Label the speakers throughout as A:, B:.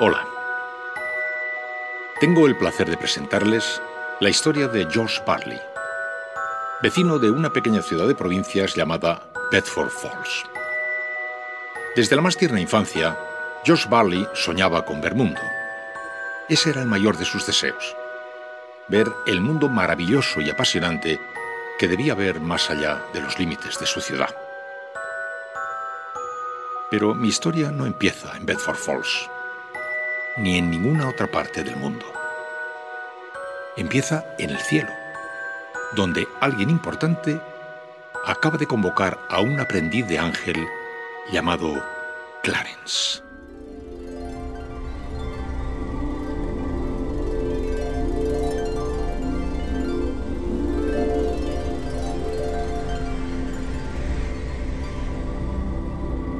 A: Hola. Tengo el placer de presentarles la historia de George Parley, vecino de una pequeña ciudad de provincias llamada Bedford Falls. Desde la más tierna infancia, George Parley soñaba con ver mundo. Ese era el mayor de sus deseos, ver el mundo maravilloso y apasionante que debía ver más allá de los límites de su ciudad. Pero mi historia no empieza en Bedford Falls, ni en ninguna otra parte del mundo. Empieza en el cielo, donde alguien importante acaba de convocar a un aprendiz de ángel llamado Clarence.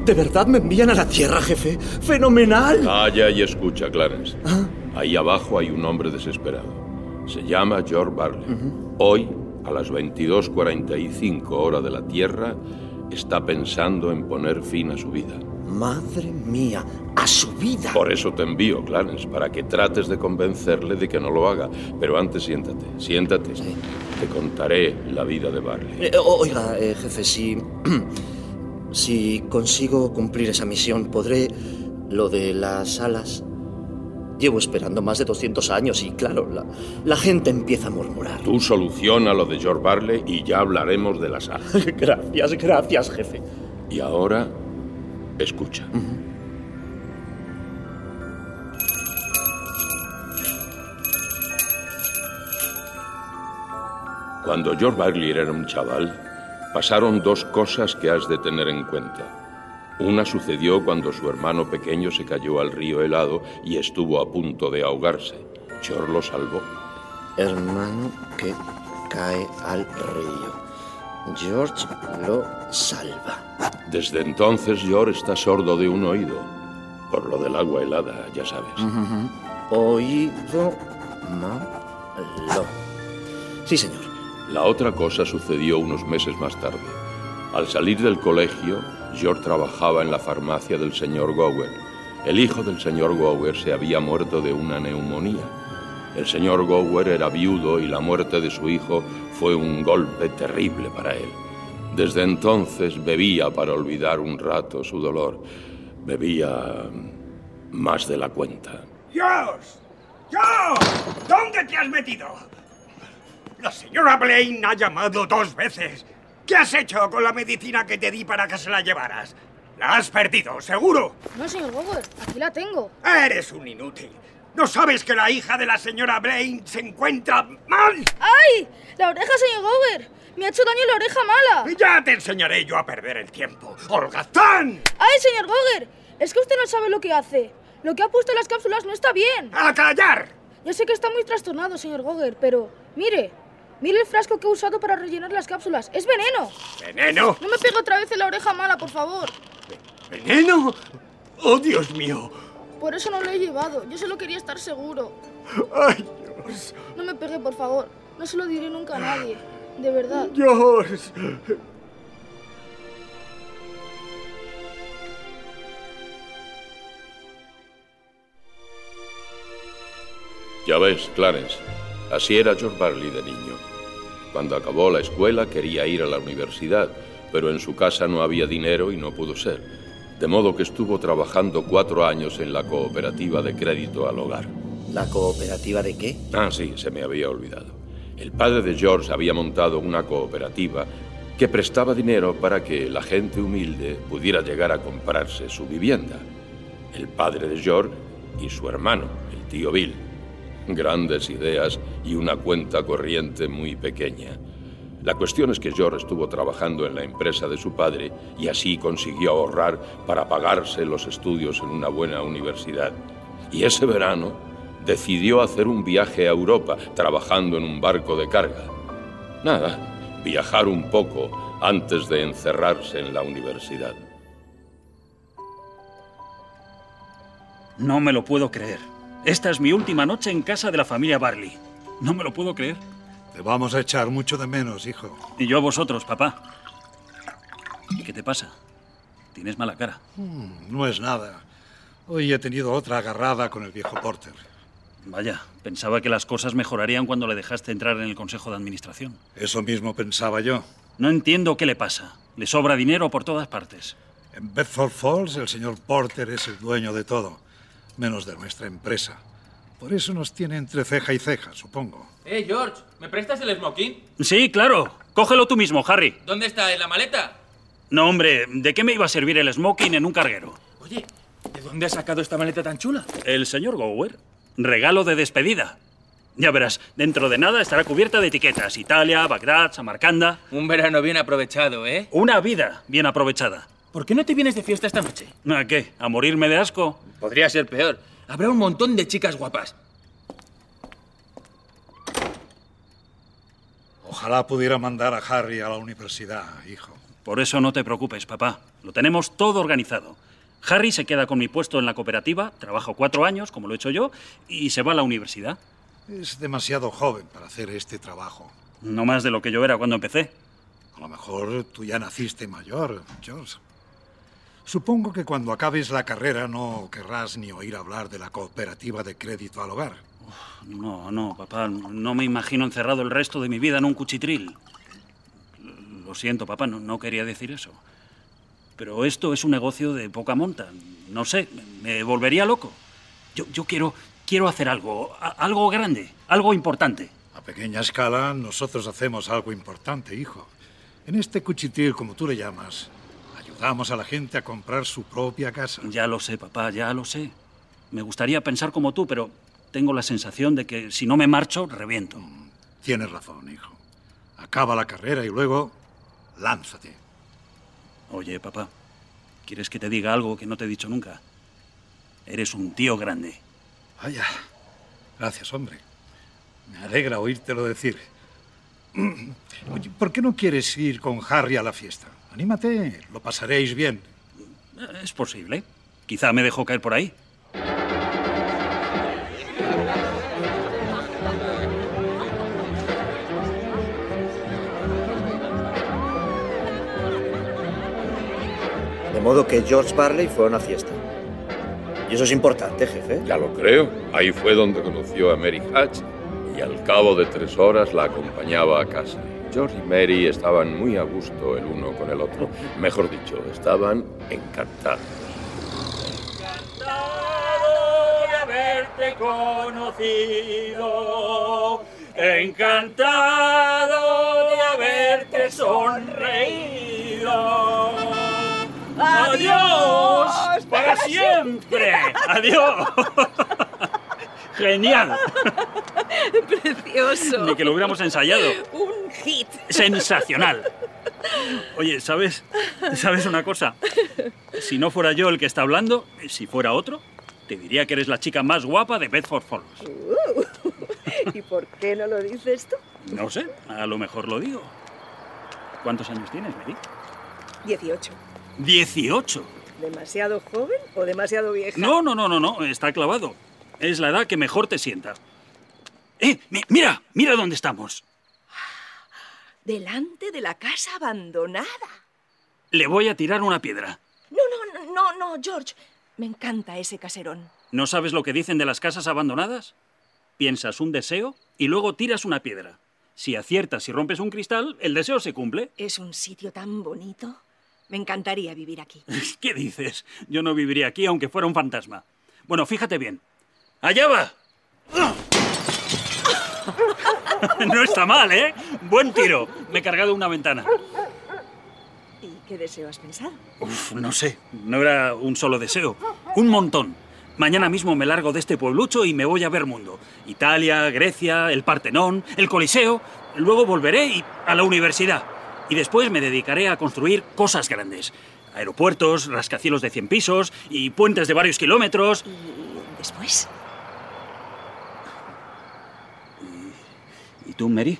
B: ¿De verdad me envían a la Tierra, jefe? ¡Fenomenal!
C: Calla y escucha, Clarence.
B: Ah.
C: Ahí abajo hay un hombre desesperado. Se llama George Barley. Hoy, a las 22.45 hora de la Tierra, está pensando en poner fin a su vida.
B: Madre mía, a su vida.
C: Por eso te envío, Clarence, para que trates de convencerle de que no lo haga. Pero antes siéntate, siéntate. Te contaré la vida de Barley.
B: Eh, o- oiga, eh, jefe, si. si consigo cumplir esa misión, podré. lo de las alas. Llevo esperando más de 200 años y, claro, la, la gente empieza a murmurar.
C: Tú soluciona lo de George Barley y ya hablaremos de las alas.
B: Gracias, gracias, jefe.
C: Y ahora, escucha. Cuando George Bagley era un chaval, pasaron dos cosas que has de tener en cuenta. Una sucedió cuando su hermano pequeño se cayó al río helado y estuvo a punto de ahogarse. George lo salvó.
B: Hermano que cae al río. George lo salva.
C: Desde entonces George está sordo de un oído, por lo del agua helada, ya sabes.
B: Oído malo. Sí, señor.
C: La otra cosa sucedió unos meses más tarde. Al salir del colegio, George trabajaba en la farmacia del señor Gower. El hijo del señor Gower se había muerto de una neumonía. El señor Gower era viudo y la muerte de su hijo fue un golpe terrible para él. Desde entonces bebía para olvidar un rato su dolor. Bebía mm, más de la cuenta.
D: ¡Dios! ¡Dios! ¿Dónde te has metido? La señora Blaine ha llamado dos veces. ¿Qué has hecho con la medicina que te di para que se la llevaras? La has perdido, seguro.
E: No, señor Gower, aquí la tengo.
D: Ah, Eres un inútil. ¿No sabes que la hija de la señora Blaine se encuentra mal?
E: ¡Ay! ¡La oreja, señor Gower! ¡Me ha hecho daño la oreja mala!
D: Ya te enseñaré yo a perder el tiempo. ¡Holgazán!
E: ¡Ay, señor Gower! Es que usted no sabe lo que hace. Lo que ha puesto en las cápsulas no está bien.
D: ¡A callar!
E: Yo sé que está muy trastornado, señor Gower, pero mire, mire el frasco que he usado para rellenar las cápsulas. ¡Es veneno!
D: ¡Veneno!
E: No me pegue otra vez en la oreja mala, por favor.
D: ¿Veneno? ¡Oh, Dios mío!
E: Por eso no lo he llevado. Yo solo quería estar seguro.
D: ¡Ay, Dios!
E: No me pegue, por favor. No se lo diré nunca a nadie. De verdad.
D: Dios.
C: Ya ves, Clarence, así era George Barley de niño. Cuando acabó la escuela quería ir a la universidad, pero en su casa no había dinero y no pudo ser. De modo que estuvo trabajando cuatro años en la cooperativa de crédito al hogar.
B: ¿La cooperativa de qué?
C: Ah, sí, se me había olvidado. El padre de George había montado una cooperativa que prestaba dinero para que la gente humilde pudiera llegar a comprarse su vivienda. El padre de George y su hermano, el tío Bill. Grandes ideas y una cuenta corriente muy pequeña. La cuestión es que George estuvo trabajando en la empresa de su padre y así consiguió ahorrar para pagarse los estudios en una buena universidad. Y ese verano decidió hacer un viaje a Europa trabajando en un barco de carga. Nada, viajar un poco antes de encerrarse en la universidad.
F: No me lo puedo creer. Esta es mi última noche en casa de la familia Barley. No me lo puedo creer.
G: Te vamos a echar mucho de menos, hijo.
F: Y yo a vosotros, papá. ¿Qué te pasa? Tienes mala cara.
G: No es nada. Hoy he tenido otra agarrada con el viejo Porter.
F: Vaya, pensaba que las cosas mejorarían cuando le dejaste entrar en el Consejo de Administración.
G: Eso mismo pensaba yo.
F: No entiendo qué le pasa. Le sobra dinero por todas partes.
G: En Bedford Falls el señor Porter es el dueño de todo, menos de nuestra empresa. Por eso nos tiene entre ceja y ceja, supongo.
H: Eh, George, ¿me prestas el smoking?
F: Sí, claro. Cógelo tú mismo, Harry.
H: ¿Dónde está? ¿En la maleta?
F: No, hombre, ¿de qué me iba a servir el smoking en un carguero?
H: Oye, ¿de dónde has sacado esta maleta tan chula?
F: El señor Gower. Regalo de despedida. Ya verás, dentro de nada estará cubierta de etiquetas. Italia, Bagdad, Samarcanda.
H: Un verano bien aprovechado, ¿eh?
F: Una vida bien aprovechada.
H: ¿Por qué no te vienes de fiesta esta noche?
F: ¿A qué? ¿A morirme de asco?
H: Podría ser peor. Habrá un montón de chicas guapas.
G: Ojalá pudiera mandar a Harry a la universidad, hijo.
F: Por eso no te preocupes, papá. Lo tenemos todo organizado. Harry se queda con mi puesto en la cooperativa, trabajo cuatro años, como lo he hecho yo, y se va a la universidad.
G: Es demasiado joven para hacer este trabajo.
F: No más de lo que yo era cuando empecé.
G: A lo mejor tú ya naciste mayor, George. Supongo que cuando acabes la carrera no querrás ni oír hablar de la cooperativa de crédito al hogar.
F: No, no, papá, no me imagino encerrado el resto de mi vida en un cuchitril. Lo siento, papá, no, no quería decir eso. Pero esto es un negocio de poca monta. No sé, me volvería loco. Yo, yo quiero, quiero hacer algo, a- algo grande, algo importante.
G: A pequeña escala nosotros hacemos algo importante, hijo. En este cuchitil, como tú le llamas, ayudamos a la gente a comprar su propia casa.
F: Ya lo sé, papá, ya lo sé. Me gustaría pensar como tú, pero tengo la sensación de que si no me marcho, reviento.
G: Mm, Tienes razón, hijo. Acaba la carrera y luego lánzate.
F: Oye, papá, ¿quieres que te diga algo que no te he dicho nunca? Eres un tío grande.
G: Vaya. Gracias, hombre. Me alegra oírtelo decir. Oye, ¿por qué no quieres ir con Harry a la fiesta? Anímate, lo pasaréis bien.
F: Eh, Es posible. Quizá me dejó caer por ahí.
B: De modo que George Barley fue a una fiesta. Y eso es importante, jefe.
C: Ya lo creo. Ahí fue donde conoció a Mary Hatch y al cabo de tres horas la acompañaba a casa. George y Mary estaban muy a gusto el uno con el otro. Mejor dicho, estaban encantados.
F: Encantado de haberte conocido, encantado de haberte sonreído. Adiós para siempre. Adiós. Genial.
I: Precioso.
F: Ni que lo hubiéramos ensayado.
I: Un hit.
F: Sensacional. Oye, ¿sabes? ¿Sabes una cosa? Si no fuera yo el que está hablando, eh, si fuera otro, te diría que eres la chica más guapa de Bedford Falls.
I: Uh. ¿Y por qué no lo dices tú?
F: No sé, a lo mejor lo digo. ¿Cuántos años tienes, Mary?
I: 18.
F: ¡18!
I: ¿Demasiado joven o demasiado vieja?
F: No, no, no, no, no, está clavado. Es la edad que mejor te sienta. ¡Eh! mi- ¡Mira! ¡Mira dónde estamos!
I: Delante de la casa abandonada.
F: Le voy a tirar una piedra.
I: No, no, no, no, no, George. Me encanta ese caserón.
F: ¿No sabes lo que dicen de las casas abandonadas? Piensas un deseo y luego tiras una piedra. Si aciertas y rompes un cristal, el deseo se cumple.
I: Es un sitio tan bonito. Me encantaría vivir aquí.
F: ¿Qué dices? Yo no viviría aquí aunque fuera un fantasma. Bueno, fíjate bien. ¡Allá va! No está mal, ¿eh? Buen tiro. Me he cargado una ventana.
I: ¿Y qué deseo has pensado?
F: Uf, no sé. No era un solo deseo. Un montón. Mañana mismo me largo de este pueblucho y me voy a ver mundo. Italia, Grecia, el Partenón, el Coliseo. Luego volveré y- a la universidad. Y después me dedicaré a construir cosas grandes. Aeropuertos, rascacielos de 100 pisos y puentes de varios kilómetros.
I: ¿Y después?
F: ¿Y tú, Mary?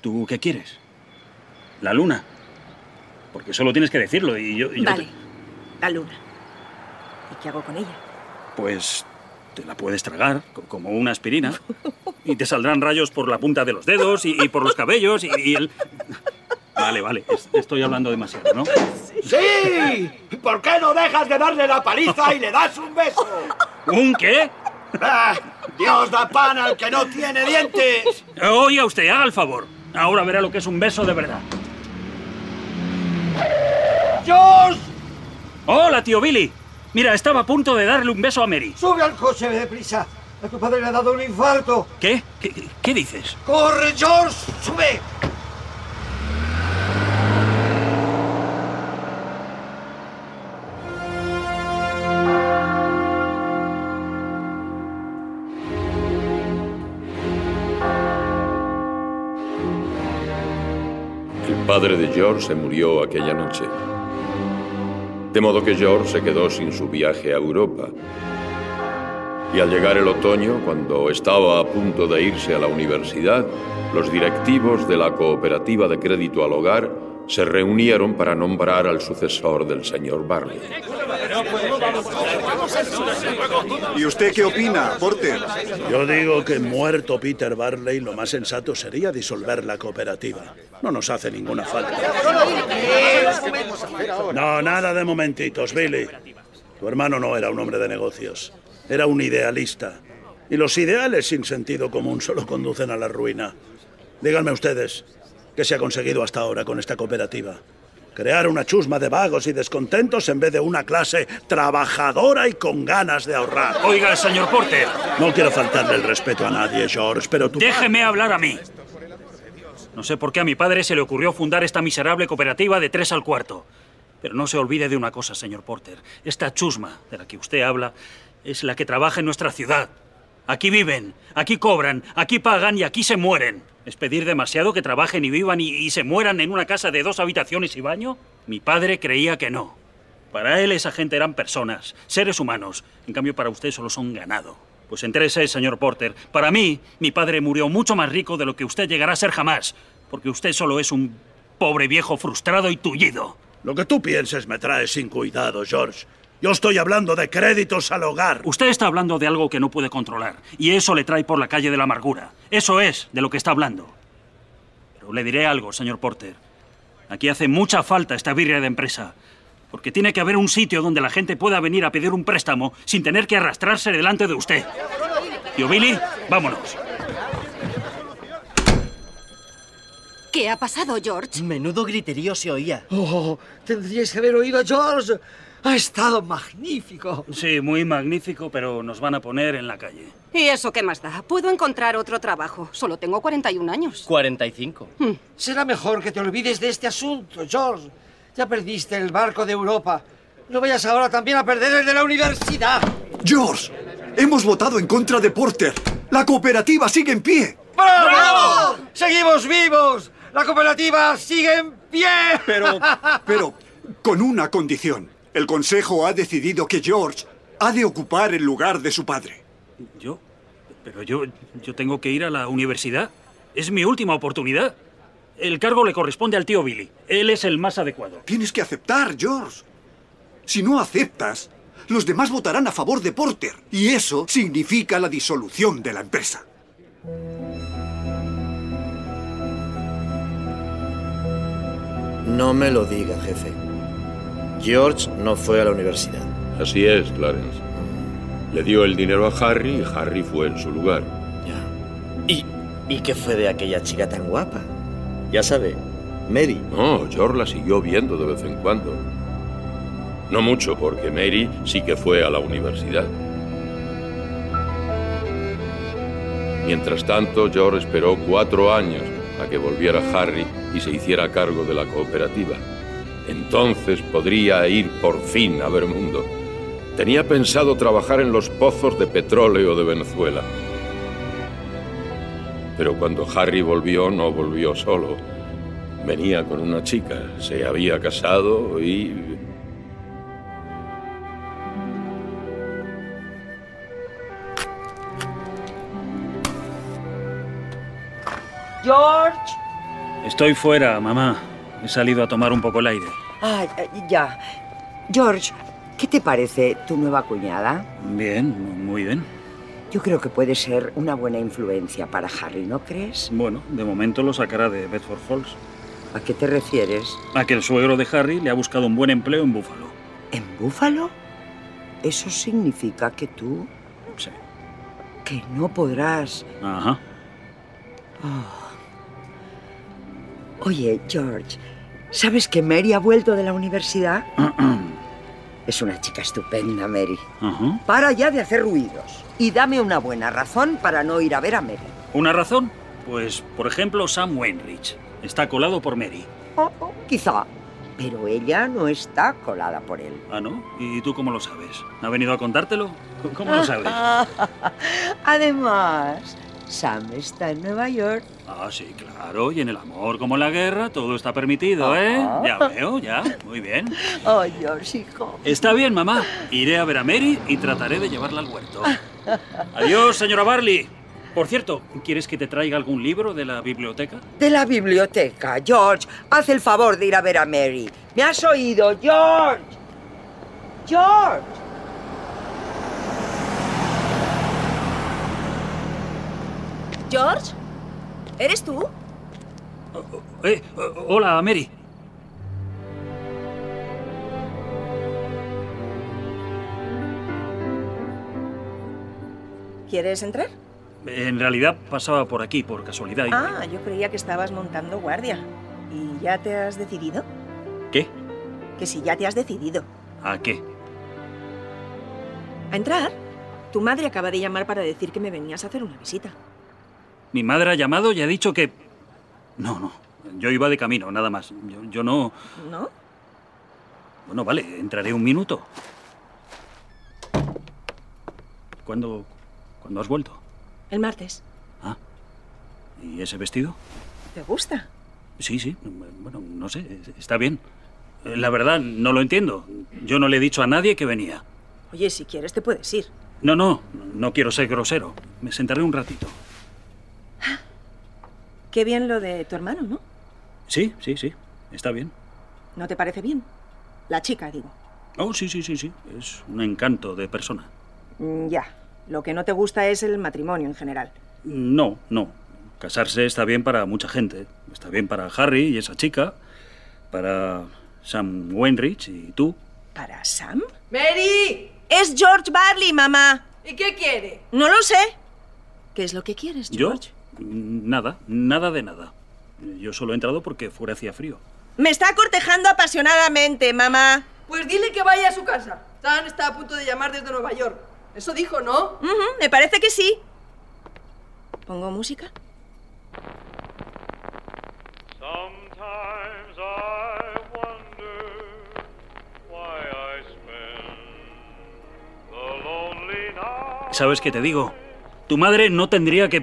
F: ¿Tú qué quieres? La luna. Porque solo tienes que decirlo y yo... y yo te-
I: Vale, la luna. ¿Y qué hago con ella?
F: Pues te la puedes tragar, co- como una aspirina. Y te saldrán rayos por la punta de los dedos y, y por los cabellos y, y el... Vale, vale, es- estoy hablando demasiado, ¿no?
J: ¡Sí! ¿Por qué no dejas de darle la paliza y le das un beso?
F: ¿Un qué?
J: Ah, Dios da pan al que no tiene dientes.
F: Oiga usted, haga el favor. Ahora verá lo que es un beso de verdad.
J: ¡George!
F: ¡Hola, tío Billy! Mira, estaba a punto de darle un beso a Mary.
J: ¡Sube al coche deprisa! A tu padre le ha dado un infarto.
F: ¿Qué? ¿Qué, qué- qué dices?
J: ¡Corre, George! ¡Sube!
C: El padre de George se murió aquella noche. De modo que George se quedó sin su viaje a Europa. Y al llegar el otoño, cuando estaba a punto de irse a la universidad, los directivos de la Cooperativa de Crédito al Hogar se reunieron para nombrar al sucesor del señor Barley.
K: ¿Y usted qué opina, Porter?
L: Yo digo que muerto Peter Barley, lo más sensato sería disolver la cooperativa. No nos hace ninguna falta. No, nada de momentitos, Billy. Tu hermano no era un hombre de negocios. Era un idealista. Y los ideales sin sentido común solo conducen a la ruina. Díganme ustedes, ¿qué se ha conseguido hasta ahora con esta cooperativa? Crear una chusma de vagos y descontentos en vez de una clase trabajadora y con ganas de ahorrar.
F: Oiga, señor Porter,
L: No quiero faltarle el respeto a nadie, George, pero tú...
F: déjeme hablar a mí. No sé por qué a mi padre se le ocurrió fundar esta miserable cooperativa de tres al cuarto. Pero no se olvide de una cosa, señor Porter. Esta chusma de la que usted habla es la que trabaja en nuestra ciudad. Aquí viven, aquí cobran, aquí pagan y aquí se mueren. ¿Es pedir demasiado que trabajen y vivan y, y se mueran en una casa de dos habitaciones y baño? Mi padre creía que no. Para él esa gente eran personas, seres humanos. En cambio, para usted solo son ganado. Pues entérese, señor Porter. Para mí, mi padre murió mucho más rico de lo que usted llegará a ser jamás. Porque usted solo es un pobre viejo frustrado y tullido.
L: Lo que tú pienses me trae sin cuidado, George. Yo estoy hablando de créditos al hogar.
F: Usted está hablando de algo que no puede controlar. Y eso le trae por la calle de la amargura. Eso es de lo que está hablando. Pero le diré algo, señor Porter. Aquí hace mucha falta esta birria de empresa. Porque tiene que haber un sitio donde la gente pueda venir a pedir un préstamo sin tener que arrastrarse delante de usted. Tío Billy, vámonos.
M: ¿Qué ha pasado, George?
N: Menudo griterío se oía.
J: Oh, tendríais que haber oído a George. Ha estado magnífico.
F: Sí, muy magnífico, pero nos van a poner en la calle.
M: ¿Y eso qué más da? Puedo encontrar otro trabajo. Solo tengo 41 años.
N: 45.
J: Será mejor que te olvides de este asunto, George. Ya perdiste el barco de Europa. No vayas ahora también a perder el de la universidad.
K: George, hemos votado en contra de Porter. La cooperativa sigue en pie.
J: ¡Bravo! ¡Seguimos vivos! ¡La cooperativa sigue en pie!
K: Pero, pero, con una condición. El Consejo ha decidido que George ha de ocupar el lugar de su padre.
F: ¿Yo? Pero yo, yo tengo que ir a la universidad. Es mi última oportunidad. El cargo le corresponde al tío Billy. Él es el más adecuado.
K: Tienes que aceptar, George. Si no aceptas, los demás votarán a favor de Porter. Y eso significa la disolución de la empresa.
B: No me lo diga, jefe. George no fue a la universidad.
C: Así es, Clarence. Le dio el dinero a Harry y Harry fue en su lugar.
B: ¿Y, ¿Y qué fue de aquella chica tan guapa? Ya sabe, Mary.
C: No, George la siguió viendo de vez en cuando. No mucho, porque Mary sí que fue a la universidad. Mientras tanto, George esperó cuatro años a que volviera Harry y se hiciera cargo de la cooperativa. Entonces podría ir por fin a ver mundo. Tenía pensado trabajar en los pozos de petróleo de Venezuela. Pero cuando Harry volvió, no volvió solo. Venía con una chica, se había casado y...
O: George.
F: Estoy fuera, mamá. He salido a tomar un poco el aire.
O: Ah, ya. George, ¿qué te parece tu nueva cuñada?
F: Bien, muy bien.
O: Yo creo que puede ser una buena influencia para Harry, ¿no crees?
F: Bueno, de momento lo sacará de Bedford Falls.
O: ¿A qué te refieres?
F: A que el suegro de Harry le ha buscado un buen empleo en Búfalo.
O: ¿En Búfalo? Eso significa que tú...
F: Sí.
O: Que no podrás...
F: Ajá.
O: Oh. Oye, George, ¿sabes que Mary ha vuelto de la universidad?
F: Ah.
O: es una chica estupenda, Mary.
F: Ajá.
O: Para ya de hacer ruidos y dame una buena razón para no ir a ver a Mary.
F: ¿Una razón? Pues, por ejemplo, Sam Wenrich. Está colado por Mary.
O: Oh, oh, quizá. Pero ella no está colada por él.
F: Ah, ¿no? ¿Y tú cómo lo sabes? ¿Ha venido a contártelo? ¿Cómo lo sabes?
O: Ah, Además, Sam está en Nueva York.
F: Ah, sí, claro. Y en el amor como en la guerra, todo está permitido, ¿eh?
O: Ajá.
F: Ya veo, ya. Muy bien.
O: Oh, George, hijo.
F: Está bien, mamá. Iré a ver a Mary y trataré de llevarla al huerto. Adiós, señora Barley. Por cierto, ¿quieres que te traiga algún libro de la biblioteca?
O: De la biblioteca, George. Haz el favor de ir a ver a Mary. ¿Me has oído, George? George.
I: George, ¿eres tú?
F: Eh, o- hola, Mary.
I: ¿Quieres entrar?
F: En realidad pasaba por aquí, por casualidad. y-
I: Ah, yo creía que estabas montando guardia. ¿Y ya te has decidido?
F: ¿Qué?
I: Que si ya te has decidido.
F: ¿A qué?
I: ¿A entrar? Tu madre acaba de llamar para decir que me venías a hacer una visita.
F: Mi madre ha llamado y ha dicho que... No, no. Yo iba de camino, nada más. Yo, yo no...
I: ¿No?
F: Bueno, vale, entraré un minuto. ¿Cuándo, ¿Cuándo has vuelto?
I: El martes.
F: ¿Y ese vestido?
I: ¿Te gusta?
F: Sí, sí. Bueno, no sé. Está bien. Eh, La verdad, no lo entiendo. Yo no le he dicho a nadie que venía.
I: Oye, si quieres te puedes ir.
F: No, no. No quiero ser grosero. Me sentaré un ratito.
I: Qué bien lo de tu hermano, ¿no?
F: Sí, sí, sí. Está bien.
I: ¿No te parece bien? La chica, digo.
F: Oh, sí, sí, sí, sí. Es un encanto de persona.
I: Mm, ya. Lo que no te gusta es el matrimonio en general.
F: No, no. Casarse está bien para mucha gente. Está bien para Harry y esa chica. Para Sam Wenrich y tú.
I: ¿Para Sam?
P: ¡Mary!
I: Es George Barley, mamá.
P: ¿Y qué quiere?
I: No lo sé. ¿Qué es lo que quieres,
F: ¿Yo? mm,
I: George?
F: Nada, nada de nada. Yo solo he entrado porque fuera hacía frío.
I: Me está cortejando apasionadamente, mamá.
P: Pues dile que vaya a su casa. Sam está a punto de llamar desde Nueva York. Eso dijo, ¿no?
I: Ujú, me parece que sí. ¿Pongo música?
Q: Sometimes I wonder why I spend the lonely night.
F: ¿Sabes qué te digo? Tu madre no tendría que...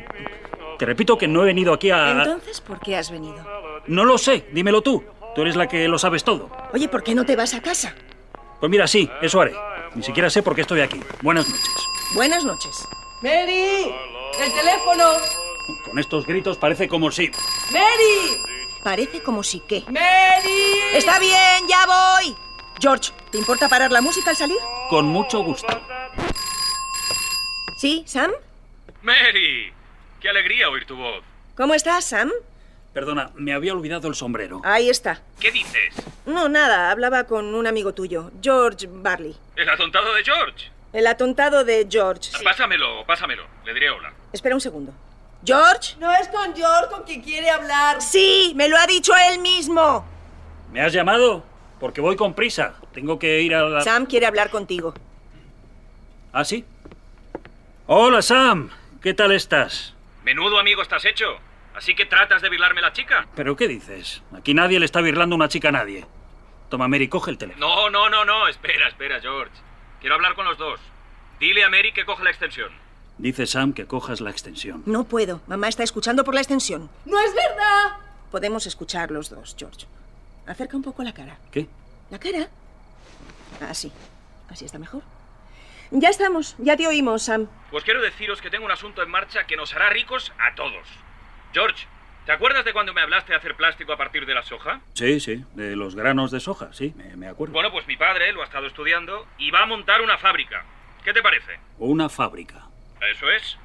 F: Te repito que no he venido aquí a...
I: Entonces, ¿por qué has venido?
F: No lo sé, dímelo tú. Tú eres la que lo sabes todo.
I: Oye, ¿por qué no te vas a casa?
F: Pues mira, sí, eso haré. Ni siquiera sé por qué estoy aquí. Buenas noches.
I: Buenas noches.
P: ¡Mary! ¡El teléfono!
F: Con estos gritos parece como si...
P: ¡Mary!
I: Parece como si qué.
P: ¡Mary!
I: Está bien, ya voy. George, ¿te importa parar la música al salir?
F: Con mucho gusto.
I: Sí, Sam.
F: Mary, qué alegría oír tu voz.
I: ¿Cómo estás, Sam?
F: Perdona, me había olvidado el sombrero.
I: Ahí está.
F: ¿Qué dices?
I: No, nada, hablaba con un amigo tuyo, George Barley.
R: ¿El atontado de George?
I: El atontado de George.
R: Pásamelo, pásamelo. Le diré hola.
I: Espera un segundo. ¿George?
P: No es con George con quien quiere hablar.
I: Sí, me lo ha dicho él mismo.
F: ¿Me has llamado? Porque voy con prisa. Tengo que ir a la...
I: Sam quiere hablar contigo.
F: ¿Ah, sí? Hola, Sam. ¿Qué tal estás?
R: Menudo amigo estás hecho. Así que tratas de virlarme la chica.
F: ¿Pero qué dices? Aquí nadie le está virlando una chica a nadie. Toma, Mary, coge el teléfono.
R: No, no, no, no. Espera, espera, George. Quiero hablar con los dos. Dile a Mary que coja la extensión.
F: Dice Sam que cojas la extensión.
I: No puedo. Mamá está escuchando por la extensión.
P: ¡No es verdad!
I: Podemos escuchar los dos, George. Acerca un poco la cara.
F: ¿Qué?
I: ¿La cara? Así. Así está mejor. Ya estamos. Ya te oímos, Sam.
R: Pues quiero deciros que tengo un asunto en marcha que nos hará ricos a todos. George, ¿te acuerdas de cuando me hablaste de hacer plástico a partir de la soja?
F: Sí, sí, de los granos de soja, sí, me, me acuerdo.
R: Bueno, pues mi padre lo ha estado estudiando y va a montar una fábrica. ¿Qué te parece?
F: Una fábrica.
R: Eso es.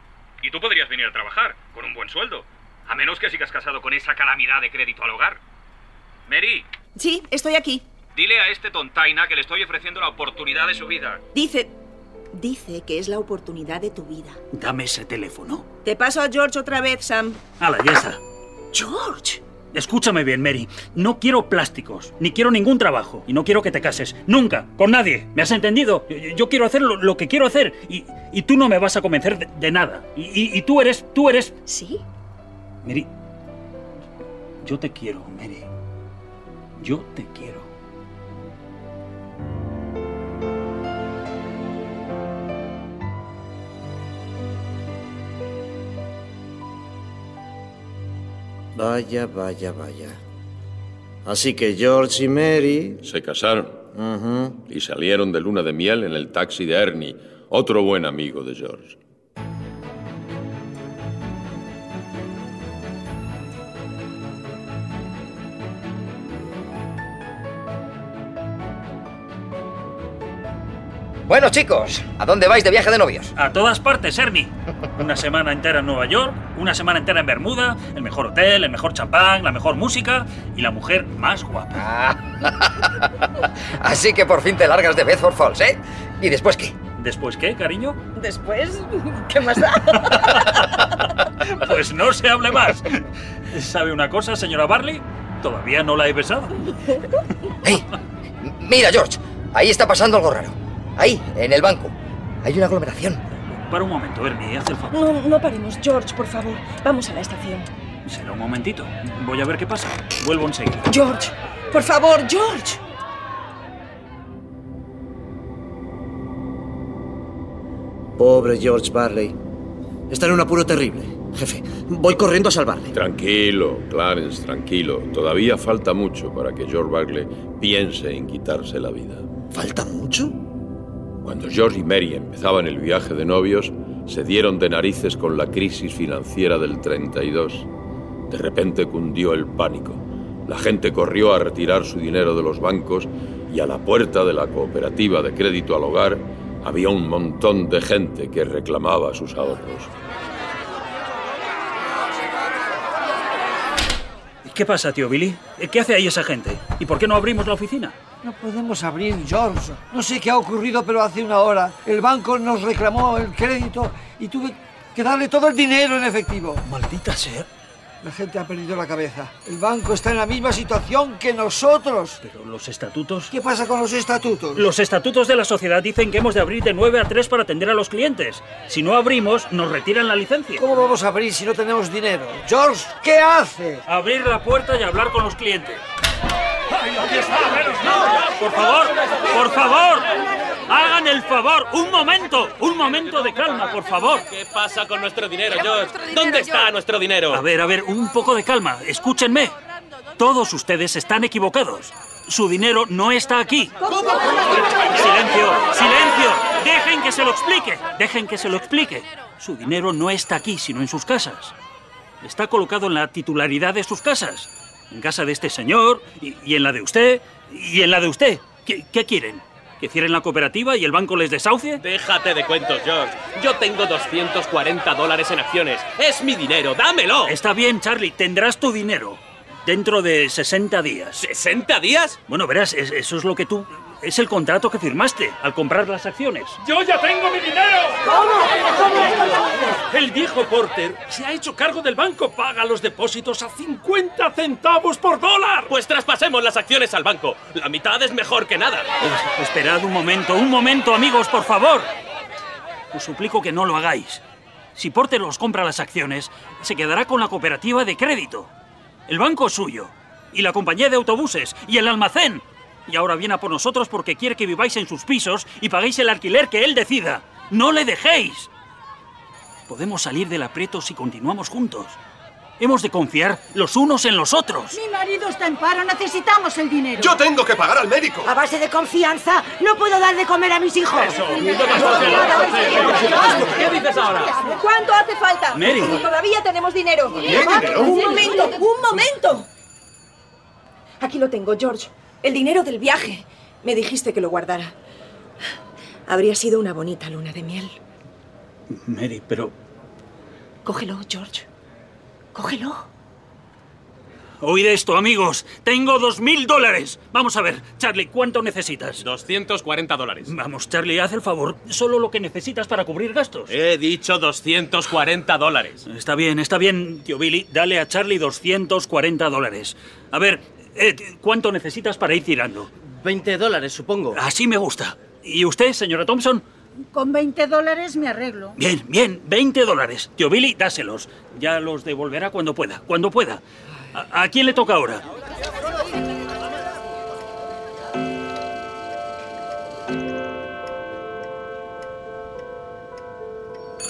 R: Y tú podrías venir a trabajar, con un buen sueldo. A menos que sigas casado con esa calamidad de crédito al hogar. Mary,
I: Sí, estoy aquí.
R: dile a este tontaina que le estoy ofreciendo la oportunidad de su vida.
I: Dice... Dice que es la oportunidad de tu vida.
F: Dame ese teléfono.
I: Te paso a George otra vez, Sam.
F: Hala, ya está.
I: George.
F: Escúchame bien, Mary. No quiero plásticos, ni quiero ningún trabajo, y no quiero que te cases. Nunca, con nadie. ¿Me has entendido? Yo, yo quiero hacer lo, lo que quiero hacer, y, y tú no me vas a convencer de, de nada. Y, y- y tú eres, tú eres...
I: Sí.
F: Mary, yo te quiero, Mary. Yo te quiero.
B: Vaya, vaya, vaya. Así que George y Mary...
C: Se casaron y salieron de luna de miel en el taxi de Ernie, otro buen amigo de George.
S: Bueno, chicos, ¿a dónde vais de viaje de novios?
F: A todas partes, Ernie. Una semana entera en Nueva York, una semana entera en Bermuda, el mejor hotel, el mejor champán, la mejor música y la mujer más guapa.
S: Ah. Así que por fin te largas de Bedford Falls, ¿eh? ¿Y después qué?
F: ¿Después qué, cariño?
I: Después, ¿qué más da?
F: Pues no se hable más. ¿Sabe una cosa, señora Barley? Todavía no la he besado.
S: Mira, George, ahí está pasando algo raro. Ahí, en el banco. Hay una aglomeración.
F: Para un momento, Ernie, haz el favor.
I: No, no paremos, George, por favor. Vamos a la estación.
F: Será un momentito. Voy a ver qué pasa. Vuelvo enseguida.
I: George, por favor, George.
B: Pobre George Barley. Está en un apuro terrible. Jefe, voy corriendo a salvarle.
C: Tranquilo, Clarence, tranquilo. Todavía falta mucho para que George Bagley piense en quitarse la vida.
B: ¿Falta mucho?
C: Cuando George y Mary empezaban el viaje de novios, se dieron de narices con la crisis financiera del 32. De repente cundió el pánico. La gente corrió a retirar su dinero de los bancos y a la puerta de la cooperativa de crédito al hogar había un montón de gente que reclamaba sus ahorros.
F: ¿Qué pasa, tío Billy? ¿Qué hace ahí esa gente? ¿Y por qué no abrimos la oficina?
J: No podemos abrir, George. No sé qué ha ocurrido, pero hace una hora el banco nos reclamó el crédito y tuve que darle todo el dinero en efectivo.
F: Maldita sea.
J: La gente ha perdido la cabeza. El banco está en la misma situación que nosotros.
F: Pero los estatutos...
J: ¿Qué pasa con los estatutos?
F: Los estatutos de la sociedad dicen que hemos de abrir de 9 a 3 para atender a los clientes. Si no abrimos, nos retiran la licencia.
J: ¿Cómo vamos a abrir si no tenemos dinero? George, ¿qué hace?
F: Abrir la puerta y hablar con los clientes. Por favor, por favor, Ah. hagan el favor, un momento, un momento de calma, por favor.
T: ¿Qué pasa con nuestro dinero,
F: Queremos
T: George?
F: nuestro dinero,
T: ¿Dónde está
F: George.
T: nuestro dinero?
F: A ver, a ver, un poco de calma, escúchenme. Todos ustedes están equivocados. Su dinero no está aquí. Silencio, silencio. Dejen que se lo explique, dejen que se lo explique. Su dinero no está aquí, sino en sus casas. Está colocado en la titularidad de sus casas. En casa de este señor, y, y en la de usted, y en la de usted. ¿Qué, qué quieren? ¿Que cierren la cooperativa y el banco les desahucie?
T: Déjate de cuentos, George. Yo tengo 240 dólares en acciones. Es mi dinero, dámelo.
F: Está bien, Charlie, tendrás tu dinero. Dentro de 60 días.
T: ¿60 días?
F: Bueno, verás, es- eso es lo que tú... Es el contrato que firmaste al comprar las acciones.
T: ¡Yo ya tengo mi dinero! El viejo Porter se ha hecho cargo del banco. Paga los depósitos a 50 centavos por dólar. Pues traspasemos las acciones al banco. La mitad es mejor que nada.
F: Es- Esperad un momento, un momento, amigos, por favor. Os suplico que no lo hagáis. Si Porter os compra las acciones, se quedará con la cooperativa de crédito. El banco es suyo. Y la compañía de autobuses. Y el almacén. Y ahora viene a por nosotros porque quiere que viváis en sus pisos y paguéis el alquiler que él decida. ¡No le dejéis! Podemos salir del aprieto si continuamos juntos. Hemos de confiar los unos en los otros.
U: Mi marido está en paro, necesitamos el dinero.
F: Yo tengo que pagar al médico.
U: A base de confianza, no puedo dar de comer a mis hijos.
T: ¿Qué dices ahora?
P: ¿Cuánto hace falta?
F: Mary.
P: Todavía tenemos dinero.
F: ¿Tiene dinero?
P: Un momento, un momento.
I: Aquí lo tengo, George. El dinero del viaje. Me dijiste que lo guardara. Habría sido una bonita luna de miel.
F: Mary, pero
I: Cógelo, George. Cógelo.
F: Oíd esto, amigos. Tengo dos mil dólares. Vamos a ver, Charlie, ¿cuánto necesitas?
T: 240 dólares.
F: Vamos, Charlie, haz el favor. Solo lo que necesitas para cubrir gastos.
T: He dicho 240 dólares.
F: Está bien, está bien, tío Billy. Dale a Charlie 240 dólares. A ver, Ed, ¿cuánto necesitas para ir tirando?
N: 20 dólares, supongo.
F: Así me gusta. ¿Y usted, señora Thompson?
U: Con 20 dólares me arreglo.
F: Bien, bien, 20 dólares. Tío Billy, dáselos. Ya los devolverá cuando pueda, cuando pueda. ¿A, a quién le toca ahora?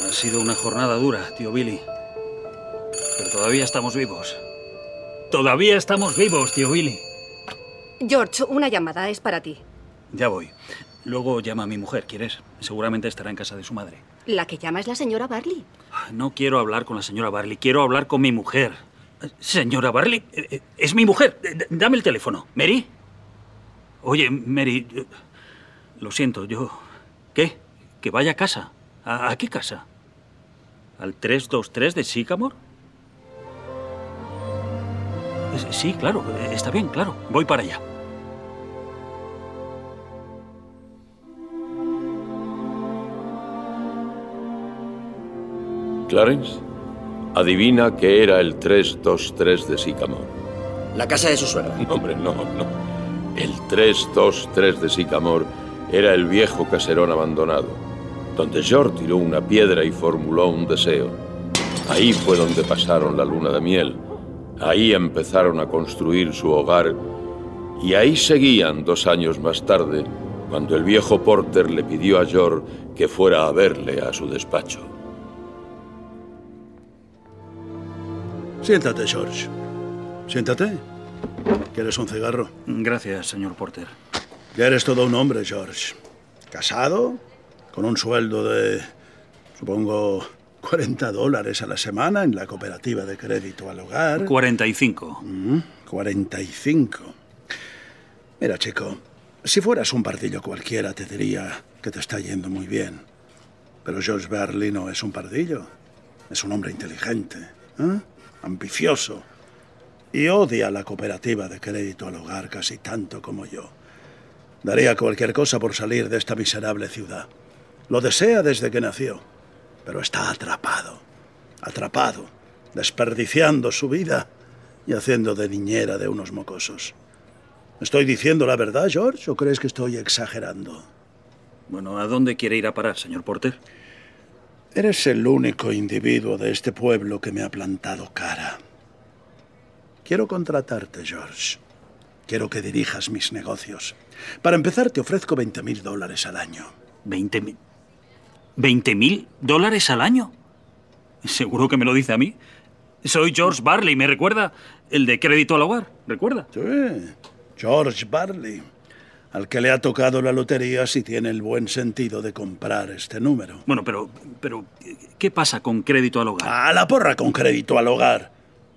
F: Ha sido una jornada dura, tío Billy. Pero todavía estamos vivos. Todavía estamos vivos, tío Billy.
M: George, una llamada es para ti.
F: Ya voy. Luego llama a mi mujer, ¿quieres? Seguramente estará en casa de su madre.
M: La que llama es la señora Barley.
F: No quiero hablar con la señora Barley, quiero hablar con mi mujer. Señora Barley, eh, eh, es mi mujer. Eh, d- Dame el teléfono. ¿Mary? Oye, Mary, eh, lo siento, yo... ¿Qué? ¿Que vaya a casa? ¿A, a qué casa? ¿Al 323 de Sycamore? Eh, Sí, claro, eh, está bien, claro. Voy para allá.
C: Clarence, adivina que era el 323 de Sycamore.
B: La casa de su suegra.
C: No, hombre, no, no. El 323 de Sycamore era el viejo caserón abandonado, donde George tiró una piedra y formuló un deseo. Ahí fue donde pasaron la luna de miel. Ahí empezaron a construir su hogar y ahí seguían dos años más tarde cuando el viejo Porter le pidió a George que fuera a verle a su despacho.
L: Siéntate, George. Siéntate. ¿Quieres un cigarro?
F: Gracias, señor Porter.
L: Ya eres todo un hombre, George. Casado, con un sueldo de, supongo, 40 dólares a la semana en la cooperativa de crédito al hogar.
F: 45.
L: Mm, 45. Mira, chico, si fueras un pardillo cualquiera te diría que te está yendo muy bien. Pero George Barley no es un pardillo. Es un hombre inteligente, ¿eh? ambicioso. Y odia la cooperativa de crédito al hogar casi tanto como yo. Daría cualquier cosa por salir de esta miserable ciudad. Lo desea desde que nació, pero está atrapado. Atrapado, desperdiciando su vida y haciendo de niñera de unos mocosos. ¿Estoy diciendo la verdad, George, o crees que estoy exagerando?
F: Bueno, ¿a dónde quiere ir a parar, señor Porter?
L: Eres el único individuo de este pueblo que me ha plantado cara. Quiero contratarte, George. Quiero que dirijas mis negocios. Para empezar, te ofrezco 20 mil dólares al año.
F: ¿20 mil? ¿20 mil dólares al año? ¿Seguro que me lo dice a mí? Soy George Barley, ¿me recuerda? El de crédito al hogar, ¿recuerda?
L: Sí, George Barley, al que le ha tocado la lotería si tiene el buen sentido de comprar este número.
F: Bueno, pero, pero, ¿qué pasa con crédito al hogar?
L: A la porra con crédito al hogar.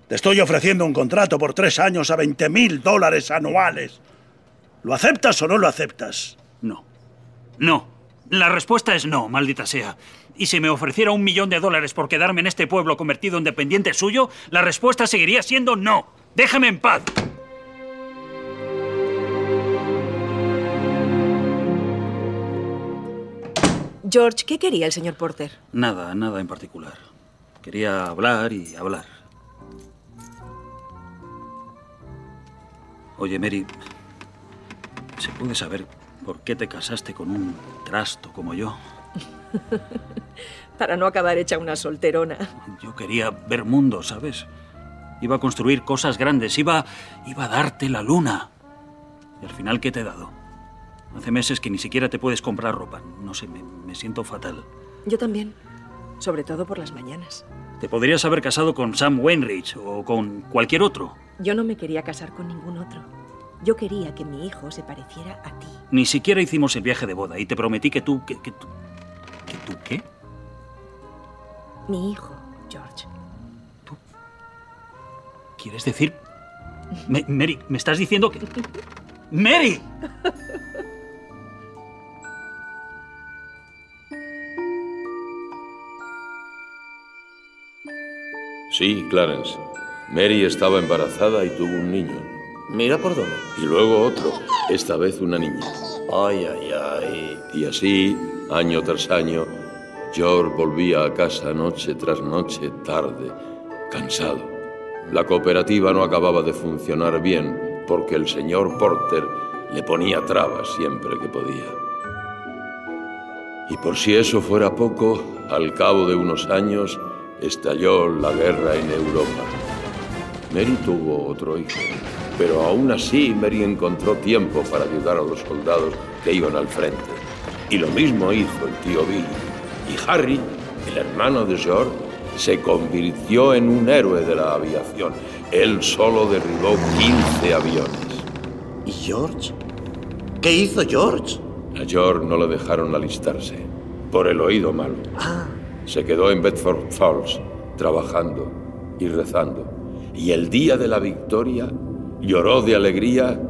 L: Te estoy ofreciendo un contrato por tres años a 20 mil dólares anuales. ¿Lo aceptas o no lo aceptas?
F: No. No. La respuesta es no, maldita sea. Y si me ofreciera un millón de dólares por quedarme en este pueblo convertido en dependiente suyo, la respuesta seguiría siendo no. Déjame en paz.
I: George, ¿qué quería el señor Porter?
F: Nada, nada en particular. Quería hablar y hablar. Oye, Mary, ¿se puede saber por qué te casaste con un trasto como yo?
I: Para no acabar hecha una solterona.
F: Yo quería ver mundo, ¿sabes? Iba a construir cosas grandes, iba, iba a darte la luna. Y al final, ¿qué te he dado? Hace meses que ni siquiera te puedes comprar ropa. No sé, me, me siento fatal.
I: Yo también. Sobre todo por las mañanas.
F: Te podrías haber casado con Sam Wainwright o con cualquier otro.
I: Yo no me quería casar con ningún otro. Yo quería que mi hijo se pareciera a ti.
F: Ni siquiera hicimos el viaje de boda y te prometí que tú... que, que tú... ¿Que tú qué?
I: Mi hijo, George.
F: ¿Quieres decir? Me- Mary, ¿me estás diciendo que...? ¡Mary!
C: Sí, Clarence. Mary estaba embarazada y tuvo un niño. Mira por dónde. Y luego otro, esta vez una niña. Ay, ay, ay. Y así, año tras año, George volvía a casa noche tras noche, tarde, cansado. La cooperativa no acababa de funcionar bien porque el señor Porter le ponía trabas siempre que podía. Y por si eso fuera poco, al cabo de unos años estalló la guerra en Europa. Mary tuvo otro hijo, pero aún así Mary encontró tiempo para ayudar a los soldados que iban al frente. Y lo mismo hizo el tío Billy. Y Harry, el hermano de George, se convirtió en un héroe de la aviación. Él solo derribó 15 aviones. ¿Y George? ¿Qué hizo George? A George no le dejaron alistarse, por el oído malo. Se quedó en Bedford Falls, trabajando y rezando. Y el día de la victoria lloró de alegría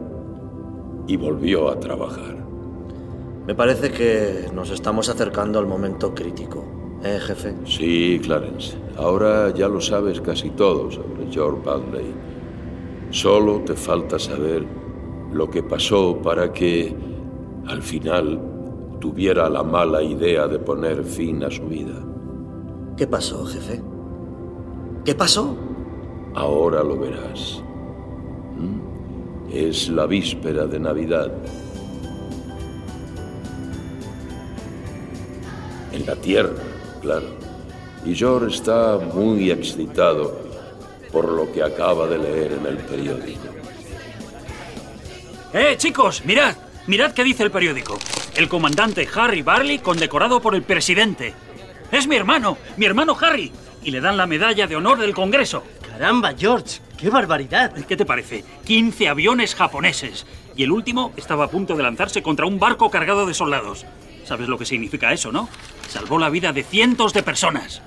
C: y volvió a trabajar.
B: Me parece que nos estamos acercando al momento crítico, ¿eh, jefe?
C: Sí, Clarence. Ahora ya lo sabes casi todo sobre George Badley. Solo te falta saber lo que pasó para que, al final, tuviera la mala idea de poner fin a su vida.
B: ¿Qué pasó, jefe? ¿Qué pasó?
C: Ahora lo verás. ¿Mm? Es la víspera de Navidad. En la Tierra, claro. Y George está muy excitado por lo que acaba de leer en el periódico.
F: ¡Eh, chicos! ¡Mirad! Mirad qué dice el periódico. El comandante Harry Barley condecorado por el presidente. ¡Es mi hermano! ¡Mi hermano Harry! Y le dan la medalla de honor del Congreso. ¡Caramba, George! ¡Qué barbaridad! ¿Qué te parece? 15 aviones japoneses. Y el último estaba a punto de lanzarse contra un barco cargado de soldados. ¿Sabes lo que significa eso, no? Salvó la vida de cientos de personas.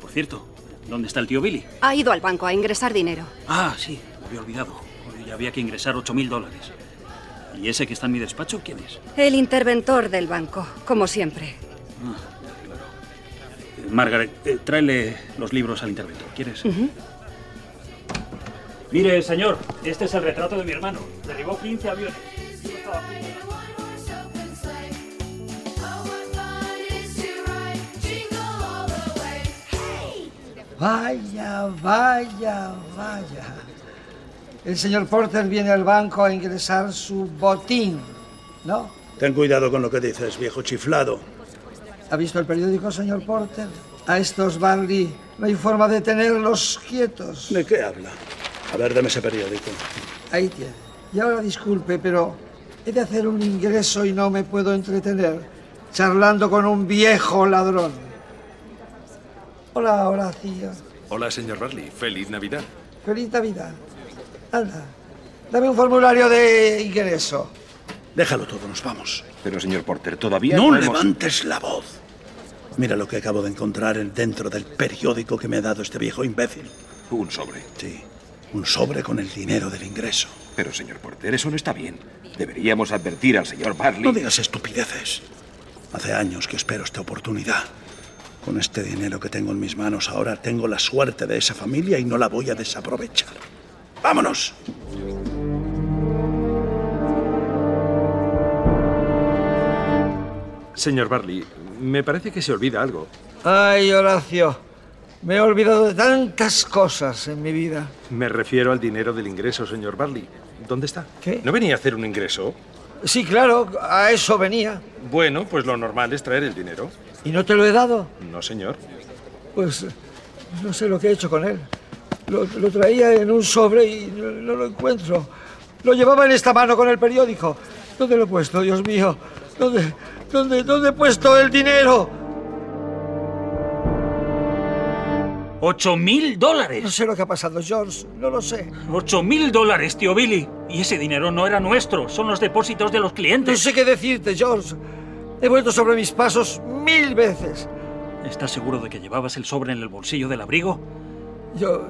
F: Por cierto, ¿dónde está el tío Billy?
M: Ha ido al banco a ingresar dinero.
F: Ah, sí, me había olvidado. Hoy había que ingresar 8.000 dólares. ¿Y ese que está en mi despacho quién es?
M: El interventor del banco, como siempre.
F: Eh, Margaret, eh, tráele los libros al interventor, ¿quieres? Mire, señor, este es el retrato de mi hermano. Derribó 15 aviones. Yo estaba a punto de-
J: Vaya, vaya, vaya. El señor Porter viene al banco a ingresar su botín, ¿no?
L: Ten cuidado con lo que dices, viejo chiflado.
J: ¿Ha visto el periódico, señor Porter? A estos Barley no hay forma de tenerlos quietos.
L: ¿De qué habla? A ver, dame ese periódico.
J: Ahí tiene. Y ahora disculpe, pero he de hacer un ingreso y no me puedo entretener charlando con un viejo ladrón. Hola, Horacio.
A: Hola, señor Barley. Feliz Navidad.
J: Feliz Navidad. Anda, dame un formulario de ingreso.
L: Déjalo todo, nos vamos.
A: Pero, señor Porter, todavía
L: no,
A: no hemos-
L: levantes la voz. Mira lo que acabo de encontrar en- dentro del periódico que me ha dado este viejo imbécil.
A: Un sobre.
L: Sí, un sobre con el dinero del ingreso.
A: Pero, señor Porter, eso no está bien. Deberíamos advertir al señor Barley.
L: No digas estupideces. Hace años que espero esta oportunidad. Con este dinero que tengo en mis manos ahora tengo la suerte de esa familia y no la voy a desaprovechar. ¡Vámonos!
A: Señor Barley, me parece que se olvida algo.
J: Ay, Horacio, me he olvidado de tantas cosas en mi vida.
A: Me refiero al dinero del ingreso, señor Barley. ¿Dónde está?
J: ¿Qué?
A: ¿No venía a hacer un ingreso?
J: Sí, claro, a eso venía.
A: Bueno, pues lo normal es traer el dinero.
J: ¿Y no te lo he dado?
A: No, señor.
J: Pues no sé lo que he hecho con él. Lo, lo traía en un sobre y no, no lo encuentro. Lo llevaba en esta mano con el periódico. ¿Dónde lo he puesto, Dios mío? ¿Dónde, dónde, dónde he puesto el dinero?
F: ¡Ocho mil dólares! No
J: sé lo que ha pasado, George. No lo sé.
F: ¡Ocho mil dólares, tío Billy! Y ese dinero no era nuestro. Son los depósitos de los clientes.
J: No sé qué decirte, George. He vuelto sobre mis pasos mil veces.
F: ¿Estás seguro de que llevabas el sobre en el bolsillo del abrigo?
J: Yo,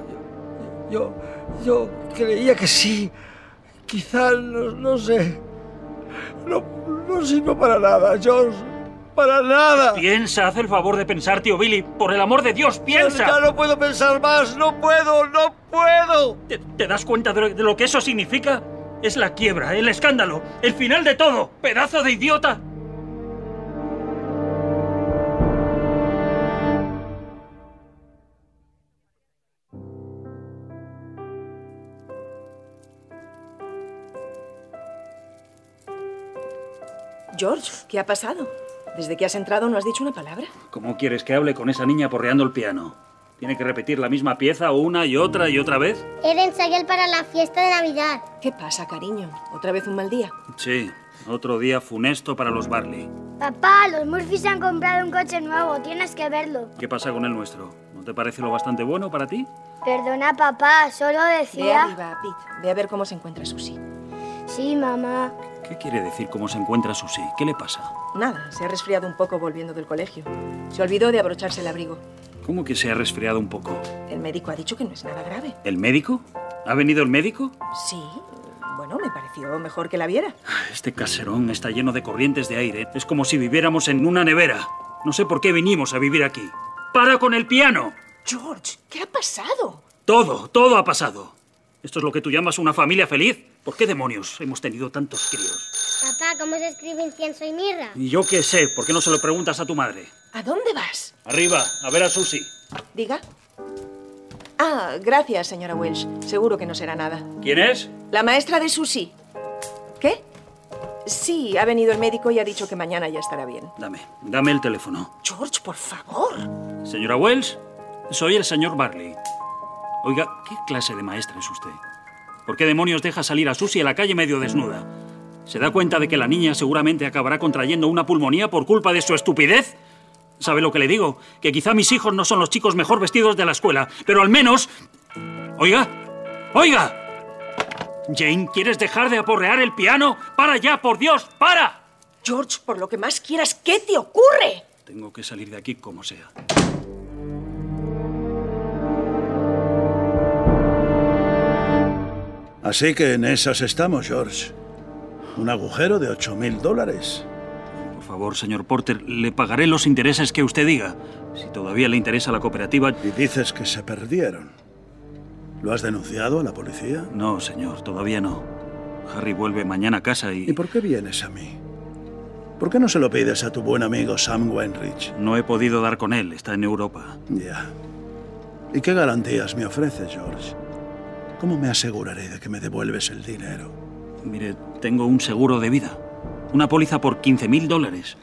J: yo, yo creía que sí. Quizá, no, no sé. No, no sirvo para nada, George. para nada.
F: Piensa, haz el favor de pensar, tío Billy. Por el amor de Dios, piensa.
J: Ya no puedo pensar más, no puedo, no puedo.
F: ¿Te, te das cuenta de lo, de lo que eso significa? Es la quiebra, el escándalo, el final de todo. Pedazo de idiota.
I: George, ¿qué ha pasado? Desde que has entrado no has dicho una palabra.
F: ¿Cómo quieres que hable con esa niña porreando el piano? ¿Tiene que repetir la misma pieza una y otra y otra vez?
E: He de ensayar para la fiesta de Navidad.
I: ¿Qué pasa, cariño? ¿Otra vez un mal día?
F: Sí, otro día funesto para los Barley.
E: Papá, los Murphys han comprado un coche nuevo, tienes que verlo.
F: ¿Qué pasa con el nuestro? ¿No te parece lo bastante bueno para ti?
E: Perdona, papá, solo
I: Ve
E: decía...
I: arriba, Pete. Ve a ver cómo se encuentra Susie.
E: Sí, mamá.
F: ¿Qué quiere decir cómo se encuentra Susi? ¿Qué le pasa?
I: Nada, se ha resfriado un poco volviendo del colegio. Se olvidó de abrocharse el abrigo.
F: ¿Cómo que se ha resfriado un poco?
I: El médico ha dicho que no es nada grave.
F: ¿El médico? ¿Ha venido el médico?
I: Sí. Bueno, me pareció mejor que la viera.
F: Este caserón está lleno de corrientes de aire. Es como si viviéramos en una nevera. No sé por qué vinimos a vivir aquí. ¡Para con el piano!
I: George, ¿qué ha pasado?
F: Todo, todo ha pasado. ¿Esto es lo que tú llamas una familia feliz? ¿Por qué demonios hemos tenido tantos críos?
E: Papá, ¿cómo se escribe incienso y mirra?
F: Y yo qué sé, ¿por qué no se lo preguntas a tu madre?
I: ¿A dónde vas?
F: Arriba, a ver a Susi.
I: Diga. Ah, gracias, señora Welsh. Seguro que no será nada.
F: ¿Quién es?
I: La maestra de Susie. ¿Qué? Sí, ha venido el médico y ha dicho que mañana ya estará bien.
F: Dame, dame el teléfono.
I: George, por favor.
F: Señora Wells, soy el señor Barley. Oiga, ¿qué clase de maestra es usted? ¿Por qué demonios deja salir a Susie a la calle medio desnuda? ¿Se da cuenta de que la niña seguramente acabará contrayendo una pulmonía por culpa de su estupidez? ¿Sabe lo que le digo? Que quizá mis hijos no son los chicos mejor vestidos de la escuela, pero al menos... Oiga, oiga. Jane, ¿quieres dejar de aporrear el piano? Para ya, por Dios, para.
I: George, por lo que más quieras, ¿qué te ocurre?
F: Tengo que salir de aquí como sea.
L: Así que en esas estamos, George. Un agujero de 8 mil dólares.
F: Por favor, señor Porter, le pagaré los intereses que usted diga. Si todavía le interesa la cooperativa...
L: Y dices que se perdieron. ¿Lo has denunciado a la policía?
F: No, señor, todavía no. Harry vuelve mañana a casa y...
L: ¿Y por qué vienes a mí? ¿Por qué no se lo pides a tu buen amigo Sam Weinrich?
F: No he podido dar con él, está en Europa.
L: Ya. ¿Y qué garantías me ofreces, George? ¿Cómo me aseguraré de que me devuelves el dinero?
F: Mire, tengo un seguro de vida. Una póliza por 15.000 dólares.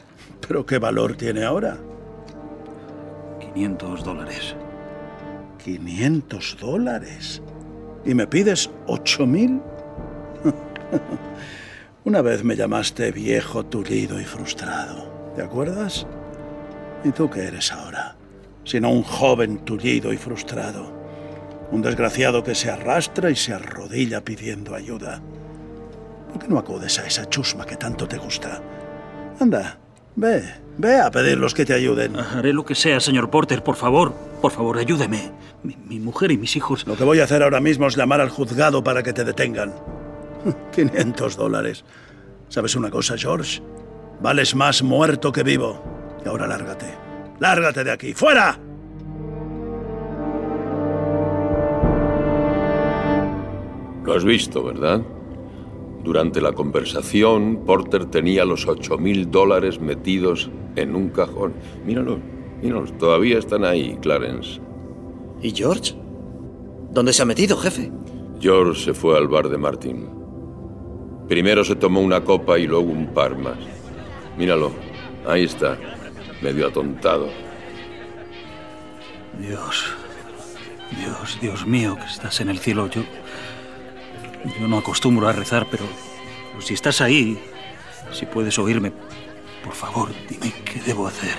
L: ¿Pero qué valor tiene ahora?
F: 500 dólares.
L: 500 dólares. ¿Y me pides 8000? Una vez me llamaste viejo, tullido y frustrado. ¿Te acuerdas? ¿Y tú qué eres ahora? Sino un joven tullido y frustrado. Un desgraciado que se arrastra y se arrodilla pidiendo ayuda. ¿Por qué no acudes a esa chusma que tanto te gusta? Anda, ve, ve a pedirlos que te ayuden.
F: Haré lo que sea, señor Porter, por favor. Por favor, ayúdeme. Mi, mi mujer y mis hijos...
L: Lo que voy a hacer ahora mismo es llamar al juzgado para que te detengan. 500 dólares. ¿Sabes una cosa, George? Vales más muerto que vivo. Y ahora lárgate. Lárgate de aquí. ¡Fuera!
C: Lo has visto, ¿verdad? Durante la conversación, Porter tenía los 8.000 dólares metidos en un cajón. Míralos, míralos, todavía están ahí, Clarence.
B: ¿Y George? ¿Dónde se ha metido, jefe?
C: George se fue al bar de Martin. Primero se tomó una copa y luego un par más. Míralo, ahí está, medio atontado.
F: Dios, Dios, Dios mío, que estás en el cielo. Yo, yo no acostumbro a rezar, pero, pero si estás ahí, si puedes oírme, por favor, dime qué debo hacer.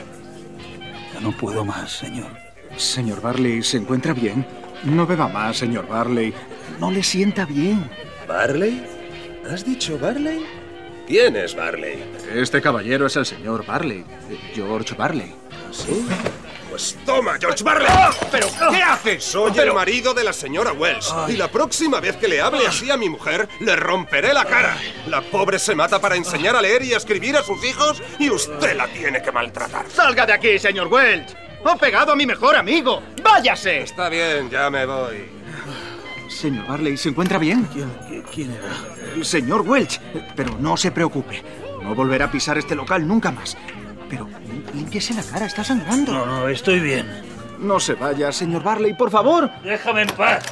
F: Ya no puedo más, señor.
V: Señor Barley, ¿se encuentra bien? No beba más, señor Barley. No le sienta bien.
W: ¿Barley? ¿Has dicho Barley? ¿Quién es Barley?
V: Este caballero es el señor Barley, eh, George Barley.
W: ¿Sí? Pues
D: Wells. Toma, George Barley.
J: Ah,
G: ¿Pero qué haces?
D: Soy
G: Pero-
D: el marido de la señora Wells.
G: Ay.
D: Y la próxima vez que le hable así a mi mujer, le romperé la cara. La pobre se mata para enseñar a leer y a escribir a sus hijos y usted la tiene que maltratar.
H: ¡Salga de aquí, señor Welch! ¡Ha pegado a mi mejor amigo! ¡Váyase!
D: Está bien, ya me voy.
V: Señor Barley, ¿se encuentra bien? ¿Quién, era? El señor Welch. Pero no se preocupe. No volverá a pisar este local nunca más. Pero límpiese la cara, está sangrando. No, no, estoy bien. No se vaya, señor Barley, por favor.
F: Déjame en paz.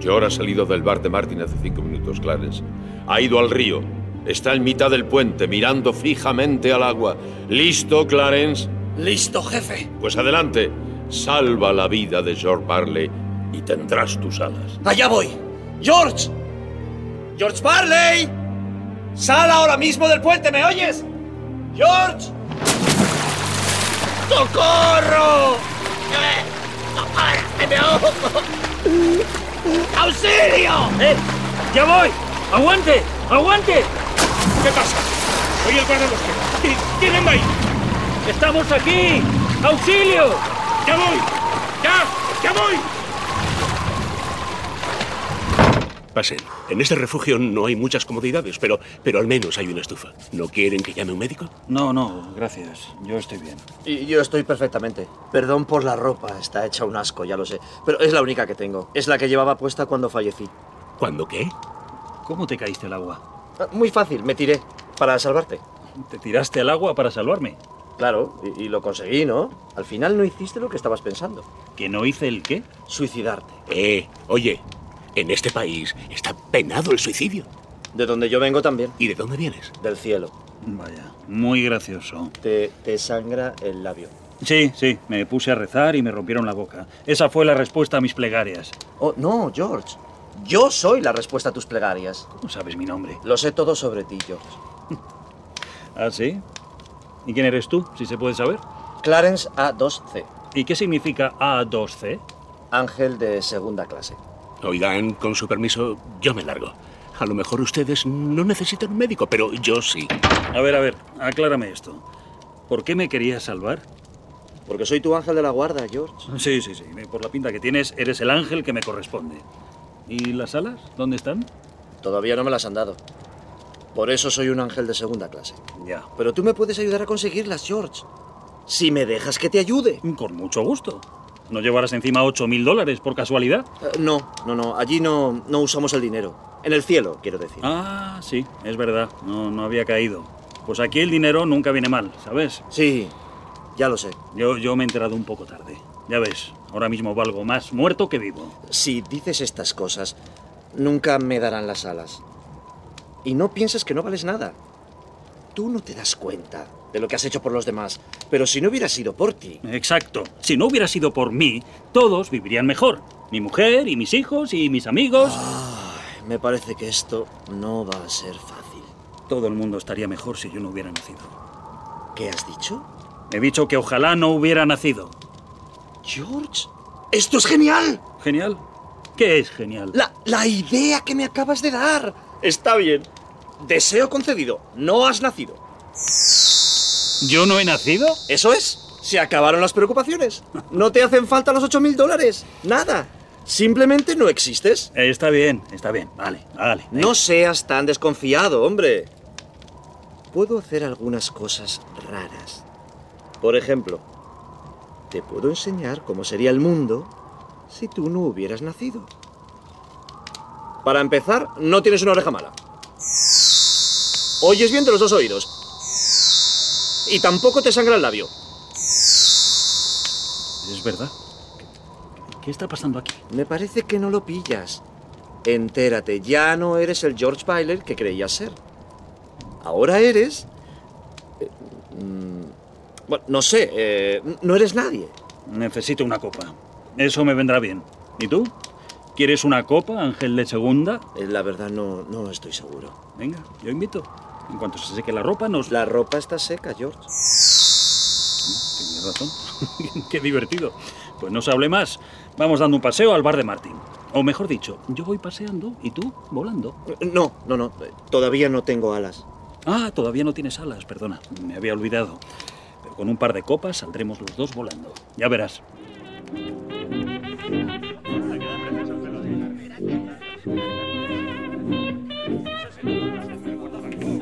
C: George ha salido del bar de Martin hace cinco minutos, Clarence. Ha ido al río. Está en mitad del puente, mirando fijamente al agua. ¿Listo, Clarence?
B: Listo, jefe.
C: Pues adelante. Salva la vida de George Barley y tendrás tus alas.
B: Allá voy. George.
D: George Barley.
B: Sal ahora mismo del puente, ¿me oyes? George.
D: ¡Socorro!
Q: ¡Me ahogo! ¡Auxilio!
F: ¡Eh! ¡Ya voy! ¡Aguante! ¡Aguante! ¿Qué pasa? Soy el guardabosque. ¡Tienen ahí! ¡Estamos aquí! ¡Auxilio! ¡Ya voy! ¡Ya! ¡Ya voy!
X: Pasen. En este refugio no hay muchas comodidades, pero, pero al menos hay una estufa. ¿No quieren que llame un médico?
F: No, no, gracias. Yo estoy bien.
B: Y yo estoy perfectamente. Perdón por la ropa, está hecha un asco, ya lo sé. Pero es la única que tengo. Es la que llevaba puesta cuando fallecí.
X: ¿Cuándo qué?
F: ¿Cómo te caíste al agua?
B: Ah, Muy fácil, me tiré. Para salvarte.
F: ¿Te tiraste al agua para salvarme?
B: Claro, y, y lo conseguí, ¿no? Al final no hiciste lo que estabas pensando.
F: ¿Que no hice el qué?
B: Suicidarte.
X: Eh, oye, en este país está penado el suicidio.
B: De donde yo vengo también.
X: ¿Y de dónde vienes?
B: Del cielo.
F: Vaya, muy gracioso.
B: Te, te sangra el labio.
F: Sí, sí, me puse a rezar y me rompieron la boca. Esa fue la respuesta a mis plegarias.
B: Oh, no, George. Yo soy la respuesta a tus plegarias.
F: ¿Cómo sabes mi nombre?
B: Lo sé todo sobre ti, George.
F: ¿Ah, sí? ¿Y quién eres tú, si se puede saber?
B: Clarence A2C.
F: ¿Y qué significa A2C?
B: Ángel de segunda clase.
X: Oigan, con su permiso, yo me largo. A lo mejor ustedes no necesitan un médico, pero yo sí.
F: A ver, a ver, aclárame esto. ¿Por qué me querías salvar?
B: Porque soy tu ángel de la guarda, George.
F: Sí, sí, sí. Por la pinta que tienes, eres el ángel que me corresponde. ¿Y las alas? ¿Dónde están?
B: Todavía no me las han dado. Por eso soy un ángel de segunda clase.
F: Ya.
B: Pero tú me puedes ayudar a conseguirlas, George. Si me dejas que te ayude.
F: Con mucho gusto. ¿No llevarás encima 8.000 dólares por casualidad?
B: Eh, no, no, no. Allí no, no usamos el dinero. En el cielo, quiero decir.
F: Ah, sí, es verdad. No, no había caído. Pues aquí el dinero nunca viene mal, ¿sabes?
B: Sí, ya lo sé.
F: Yo, yo me he enterado un poco tarde. Ya ves, ahora mismo valgo más muerto que vivo.
B: Si dices estas cosas, nunca me darán las alas. Y no pienses que no vales nada. Tú no te das cuenta de lo que has hecho por los demás. Pero si no hubiera sido por ti,
F: Exacto. Si no hubiera sido por mí, todos vivirían mejor. Mi mujer y mis hijos y mis amigos.
B: me parece que esto no va a ser fácil.
F: Todo el mundo estaría mejor si yo no hubiera nacido.
B: ¿Qué has dicho?
F: He dicho que ojalá no hubiera nacido.
B: George, esto es genial.
F: ¿Genial? ¿Qué es genial?
B: La, la idea que me acabas de dar. Está bien. Deseo concedido. No has nacido.
F: ¿Yo no he nacido?
B: Eso es. Se acabaron las preocupaciones. No te hacen falta los 8.000 dólares. Nada. Simplemente no existes.
F: Eh, Está bien, está bien. Vale, vale.
B: No seas tan desconfiado, hombre. Puedo hacer algunas cosas raras. Por ejemplo, te puedo enseñar cómo sería el mundo si tú no hubieras nacido. Para empezar, no tienes una oreja mala. Oyes bien de los dos oídos. Y tampoco te sangra el labio.
F: Es verdad. ¿Qué está pasando aquí?
B: Me parece que no lo pillas. Entérate, ya no eres el George Byler que creías ser. Ahora eres... eh, mm, Bueno, no sé, eh, no eres nadie.
F: Necesito una copa. Eso me vendrá bien. ¿Y tú? ¿Quieres una copa, Ángel de Segunda?
B: Eh, La verdad no, no estoy seguro.
F: Venga, yo invito. En cuanto se seque la ropa, nos...
B: La ropa está seca, George.
F: Tienes razón. Qué divertido. Pues no se hable más. Vamos dando un paseo al bar de Martín. O mejor dicho, yo voy paseando y tú volando.
B: No, no, no, todavía no tengo alas.
F: Ah, todavía no tienes alas, perdona. Me había olvidado. Pero con un par de copas saldremos los dos volando. Ya verás.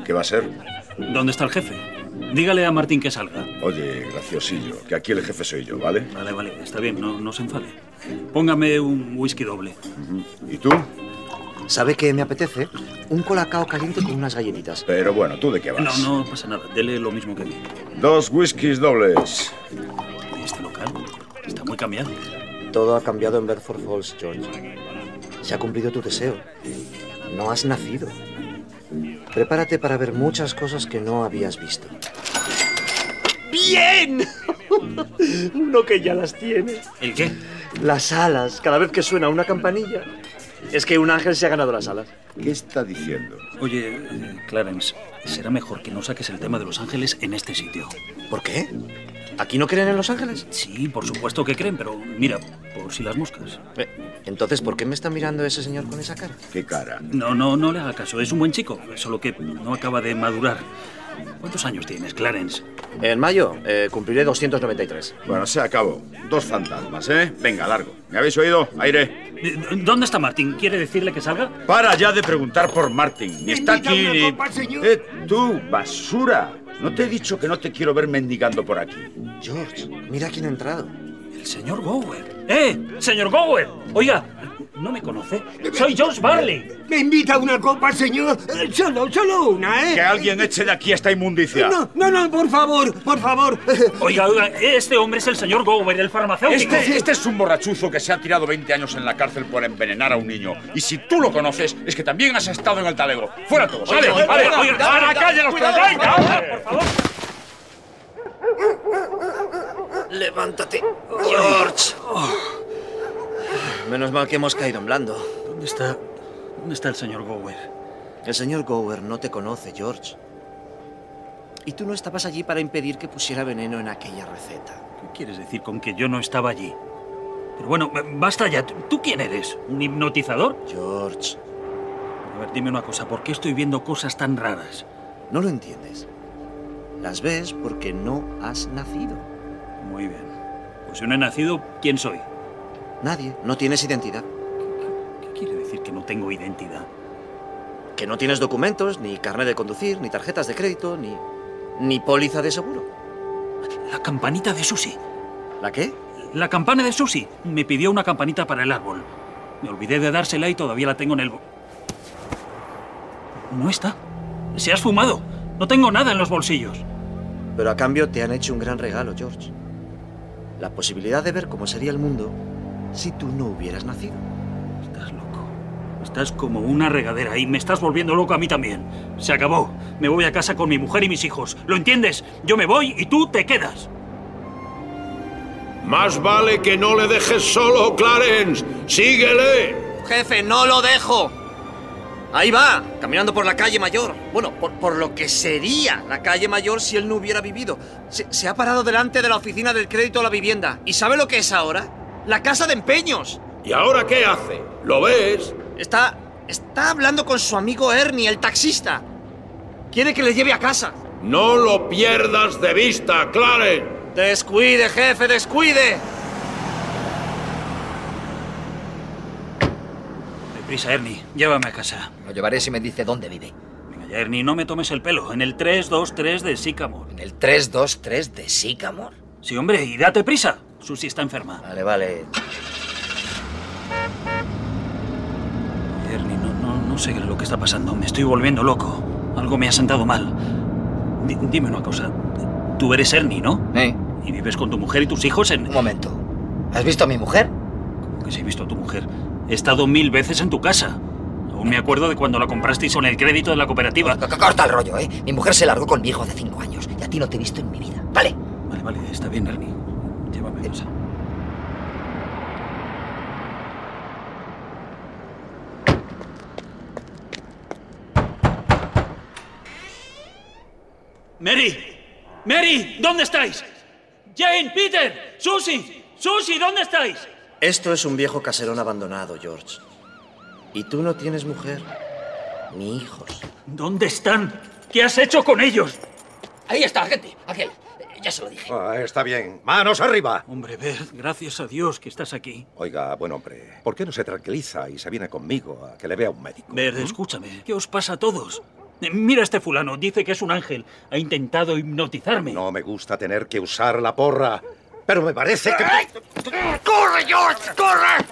Q: ¿Qué va a ser?
F: ¿Dónde está el jefe? Dígale a Martín que salga.
Q: Oye, graciosillo, que aquí el jefe soy yo, ¿vale?
F: Vale, vale, está bien, no, no se enfade. Póngame un whisky doble.
Q: ¿Y tú?
B: ¿Sabe qué me apetece? Un colacao caliente con unas galletitas.
Q: Pero bueno, ¿tú de qué vas?
F: No, no pasa nada, dele lo mismo que a mí.
Q: Dos whiskies dobles.
F: Este local está muy cambiado.
B: Todo ha cambiado en Bedford Falls, George. Se ha cumplido tu deseo. No has nacido. Prepárate para ver muchas cosas que no habías visto.
Y: ¡Bien! Uno que ya las tiene.
F: ¿El qué?
Y: Las alas, cada vez que suena una campanilla. Es que un ángel se ha ganado las alas.
Q: ¿Qué está diciendo?
F: Oye, eh, Clarence, será mejor que no saques el tema de Los Ángeles en este sitio.
B: ¿Por qué? ¿Aquí no creen en Los Ángeles?
F: Sí, por supuesto que creen, pero mira, por si las moscas.
B: Eh, Entonces, ¿por qué me está mirando ese señor con esa cara?
Q: ¿Qué cara?
F: No, no, no le haga caso, es un buen chico, solo que no acaba de madurar. ¿Cuántos años tienes, Clarence?
B: En mayo eh, cumpliré 293.
Q: Bueno, se acabó. Dos fantasmas, ¿eh? Venga, largo. ¿Me habéis oído? Aire.
F: Eh, ¿Dónde está Martín? ¿Quiere decirle que salga?
Q: Para ya de preguntar por Martin. Ni está aquí ni... Eh, tú, basura. No te he dicho que no te quiero ver mendigando por aquí.
B: George, mira quién ha entrado.
F: El señor Gower. ¡Eh! ¡Señor Gower! Oiga, ¿no me conoce?
Q: ¿eh?
F: Soy George Barley.
D: ¿Me invita a una copa, señor? Eh, Solo, solo una, ¿eh?
Q: Que alguien eche de aquí esta inmundicia.
D: No, no, no, por favor, por favor.
F: Oiga, oiga, este hombre es el señor Gower, el farmacéutico.
Q: Este, este es un borrachuzo que se ha tirado 20 años en la cárcel por envenenar a un niño. Y si tú lo conoces, es que también has estado en el talego. ¡Fuera todos! ¡Vale,
F: Oiga,
Q: vale!
F: oiga, oiga,
Q: ¡A la
F: cuidado,
Q: calle los
F: cuidado,
Q: tres!
F: cuidado,
Q: ¡Venga,
F: por favor!
B: Levántate, George. Menos mal que hemos caído en blando.
F: ¿Dónde está? ¿Dónde está el señor Gower?
B: El señor Gower no te conoce, George. Y tú no estabas allí para impedir que pusiera veneno en aquella receta.
F: ¿Qué quieres decir con que yo no estaba allí? Pero bueno, eh, basta ya. ¿Tú tú quién eres? ¿Un hipnotizador?
B: George,
F: A ver, dime una cosa. ¿Por qué estoy viendo cosas tan raras?
B: no lo entiendes. Las ves porque no has nacido.
F: Muy bien. Pues si no he nacido, ¿quién soy?
B: Nadie. No tienes identidad.
F: ¿Qué quiere decir que no tengo identidad?
B: Que no tienes documentos, ni carnet de conducir, ni tarjetas de crédito, ni. ni póliza de seguro.
F: La campanita de Susi.
B: ¿La qué?
F: La campana de Susi. Me pidió una campanita para el árbol. Me olvidé de dársela y todavía la tengo en el... bo- No está. Se has fumado. No tengo nada en los bolsillos.
B: Pero a cambio te han hecho un gran regalo, George. La posibilidad de ver cómo sería el mundo si tú no hubieras nacido.
F: Estás loco. Estás como una regadera y me estás volviendo loco a mí también. Se acabó. Me voy a casa con mi mujer y mis hijos. ¿Lo entiendes? Yo me voy y tú te quedas.
N: Más vale que no le dejes solo, Clarence. Síguele.
B: Jefe, no lo dejo. Ahí va, caminando por la calle mayor. Bueno, por, por lo que sería la calle mayor si él no hubiera vivido. Se, se ha parado delante de la oficina del crédito a la vivienda. ¿Y sabe lo que es ahora? La casa de empeños.
N: ¿Y ahora qué hace? ¿Lo ves?
B: Está, está hablando con su amigo Ernie, el taxista. Quiere que le lleve a casa.
N: No lo pierdas de vista, Clarence.
B: Descuide, jefe, descuide.
F: Deprisa, Ernie. Llévame a casa.
O: Lo llevaré si me dice dónde vive.
F: Venga ya, Ernie, no me tomes el pelo. En el 323 de Sycamore.
O: ¿En el 323 de Sycamore?
F: Sí, hombre, y date prisa. Susi está enferma.
O: Vale, vale.
F: Ernie, no, no, no sé lo que está pasando. Me estoy volviendo loco. Algo me ha sentado mal. Di- dime una cosa. Tú eres Ernie, ¿no?
O: ¿Eh?
F: Y vives con tu mujer y tus hijos en...
O: Un momento. ¿Has visto a mi mujer?
F: que si he visto a tu mujer. He estado mil veces en tu casa. Aún me acuerdo de cuando la comprasteis con el crédito de la cooperativa.
O: C- Corta el rollo, ¿eh? Mi mujer se largó con mi hijo hace cinco años y a ti no te he visto en mi vida. Vale.
F: Vale, vale, está bien, Ernie. Llévame a casa. Mary, Mary, ¿dónde estáis? Jane, Peter, Susie, Susie, ¿dónde estáis?
B: Esto es un viejo caserón abandonado, George. Y tú no tienes mujer.
Z: Ni hijos.
F: ¿Dónde están? ¿Qué has hecho con ellos?
J: Ahí está, gente. Aquel. Eh, Ya se lo dije.
A: Ah, está bien. Manos arriba.
F: Hombre, Bert, gracias a Dios que estás aquí.
A: Oiga, buen hombre, ¿por qué no se tranquiliza y se viene conmigo a que le vea un médico?
F: Bert, escúchame. ¿Qué os pasa a todos? Eh, Mira a este fulano, dice que es un ángel. Ha intentado hipnotizarme.
A: No me gusta tener que usar la porra, pero me parece que...
Q: ¡Corre, George! ¡Corre!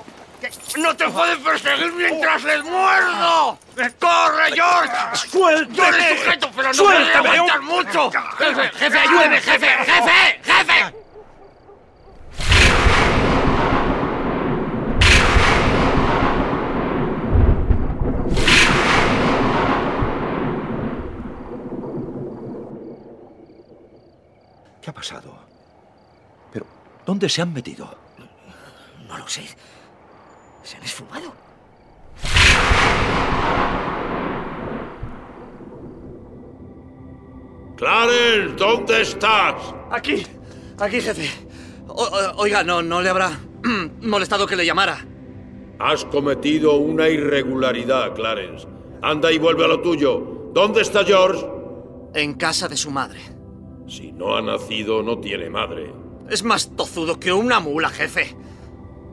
Q: ¡No te puedes perseguir mientras les muerdo! ¡Corre, George! ¡Suéltame! Yo eres sujeto, pero no puedes
B: ¡Suéltame!
Q: aguantar mucho. Jefe, jefe, ayúdeme, jefe, jefe, jefe.
A: ¿Qué ha pasado? Pero, ¿dónde se han metido?
J: No lo sé. ¿Se han esfumado?
N: Clarence, ¿dónde estás?
B: Aquí, aquí, jefe. O- o- oiga, no, no le habrá mm, molestado que le llamara.
N: Has cometido una irregularidad, Clarence. Anda y vuelve a lo tuyo. ¿Dónde está George?
B: En casa de su madre.
N: Si no ha nacido, no tiene madre.
B: Es más tozudo que una mula, jefe.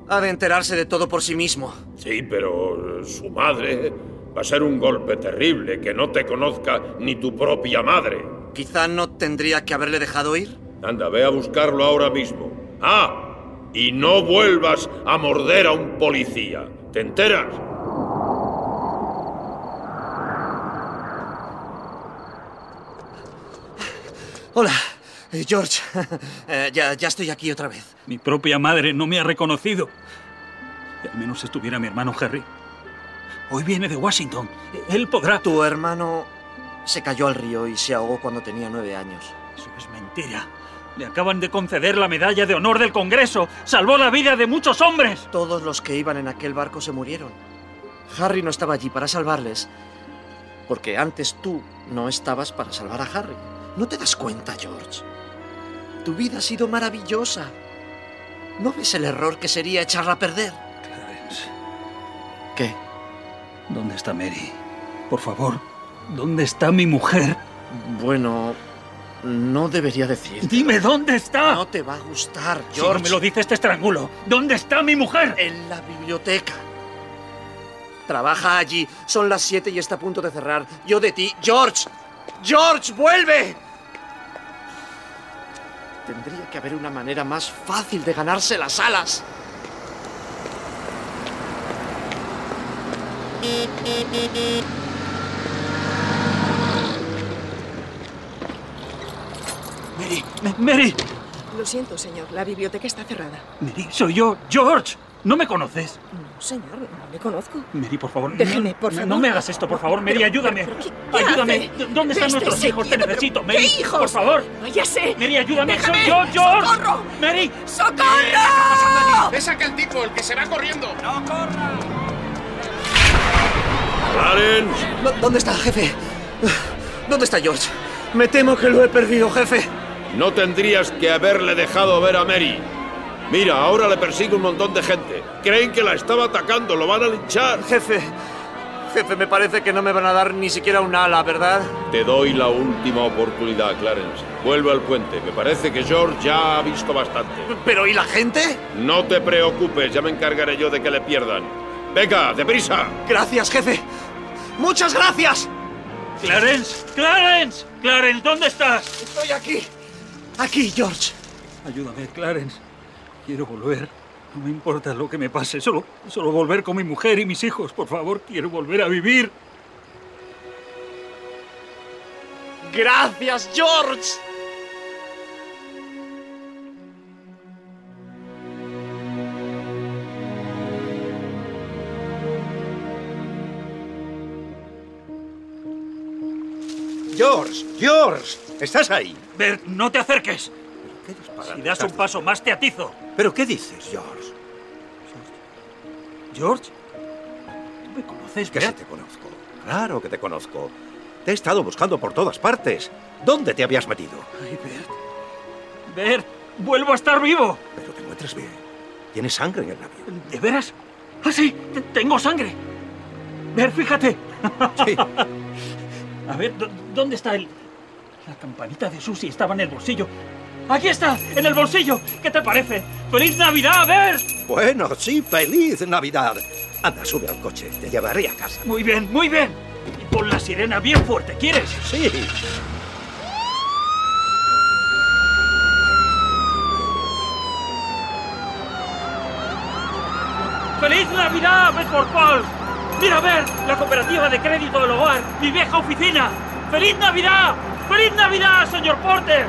B: Ha de enterarse de todo por sí mismo.
N: Sí, pero eh, su madre va a ser un golpe terrible que no te conozca ni tu propia madre.
B: Quizá no tendría que haberle dejado ir.
N: Anda, ve a buscarlo ahora mismo. Ah, y no vuelvas a morder a un policía. ¿Te enteras?
B: Hola, eh, George. Eh, ya, ya estoy aquí otra vez.
F: Mi propia madre no me ha reconocido. Que al menos estuviera mi hermano Harry. Hoy viene de Washington. Él podrá.
B: Tu hermano se cayó al río y se ahogó cuando tenía nueve años.
F: Eso es mentira. Le acaban de conceder la medalla de honor del Congreso. Salvó la vida de muchos hombres.
B: Todos los que iban en aquel barco se murieron. Harry no estaba allí para salvarles, porque antes tú no estabas para salvar a Harry. ¿No te das cuenta, George? Tu vida ha sido maravillosa. ¿No ves el error que sería echarla a perder? ¿Qué?
F: ¿Dónde está Mary? Por favor, ¿dónde está mi mujer?
B: Bueno, no debería decir.
F: Dime dónde está.
B: No te va a gustar,
F: Si no
B: George.
F: me lo dices, te estrangulo. ¿Dónde está mi mujer?
B: En la biblioteca. Trabaja allí. Son las siete y está a punto de cerrar. Yo de ti. George. George, vuelve. Tendría que haber una manera más fácil de ganarse las alas.
F: Mary, Ma- Mary,
I: Lo siento, señor. La biblioteca está cerrada.
F: Mary, soy yo, George. ¿No me conoces?
I: No, señor, no le conozco.
F: Mary, por favor.
I: Déjeme,
F: no,
I: por
F: no-
I: favor.
F: No me hagas esto, por favor, Mary,
I: Pero-
F: ayúdame.
I: pero- pero ¿qué- qué
F: ayúdame.
I: hace?
F: ¿Dónde están
I: Déjese
F: nuestros hijos? Te
I: quieto,
F: necesito,
I: ¿pero
F: Mary.
I: qué hijos?
F: Por favor.
I: Váyase.
F: Mary, ayúdame,
I: Déjame.
F: soy yo, George.
I: ¡Socorro!
F: Mary.
I: ¡Socorro!
D: ¡Es aquel tipo, el Eh, que se va corriendo! ¡No corra!
N: Clarence,
B: ¿Dó- ¿Dónde está, jefe? ¿Dónde está George? Me temo que lo he perdido, jefe.
N: no tendrías que haberle dejado ver a Mary. Mira, ahora le persigue un montón de gente. Creen que la estaba atacando, lo van a linchar.
B: Jefe, jefe, me parece que no me van a dar ni siquiera un ala, ¿verdad?
N: Te doy la última oportunidad, Clarence. Vuelve al puente. Me parece que George ya ha visto bastante.
B: ¿Pero y la gente?
N: No te preocupes, ya me encargaré yo de que le pierdan. Venga, deprisa.
B: Gracias, jefe. Muchas gracias.
F: Clarence, Clarence, Clarence, ¿dónde estás?
B: Estoy aquí. Aquí, George.
F: Ayúdame, Clarence. Quiero volver. No me importa lo que me pase, solo, solo volver con mi mujer y mis hijos. Por favor, quiero volver a vivir.
B: Gracias, George.
A: George, George, ¿estás ahí?
F: Bert, no te acerques. Si das un paso más, te atizo.
A: ¿Pero qué dices, George?
F: ¿George? ¿Tú me conoces,
A: Que sí
F: Bert?
A: te conozco. Claro que te conozco. Te he estado buscando por todas partes. ¿Dónde te habías metido?
F: Ay, Bert. Bert, vuelvo a estar vivo.
A: Pero te encuentras bien. Tienes sangre en el labio.
F: ¿De veras? Ah, sí, te- tengo sangre. Ver, fíjate. A ver, ¿dó- ¿dónde está el...? La campanita de Susi estaba en el bolsillo. ¡Aquí está! ¡En el bolsillo! ¿Qué te parece? ¡Feliz Navidad, ver!
P: Bueno, sí, feliz Navidad. Anda, sube al coche, te llevaré a casa.
F: Muy bien, muy bien. Y pon la sirena bien fuerte, ¿quieres?
P: Sí.
F: ¡Feliz Navidad, Bedford Mira, ver, la cooperativa de crédito del hogar, mi vieja oficina. ¡Feliz Navidad! ¡Feliz Navidad, señor Porter!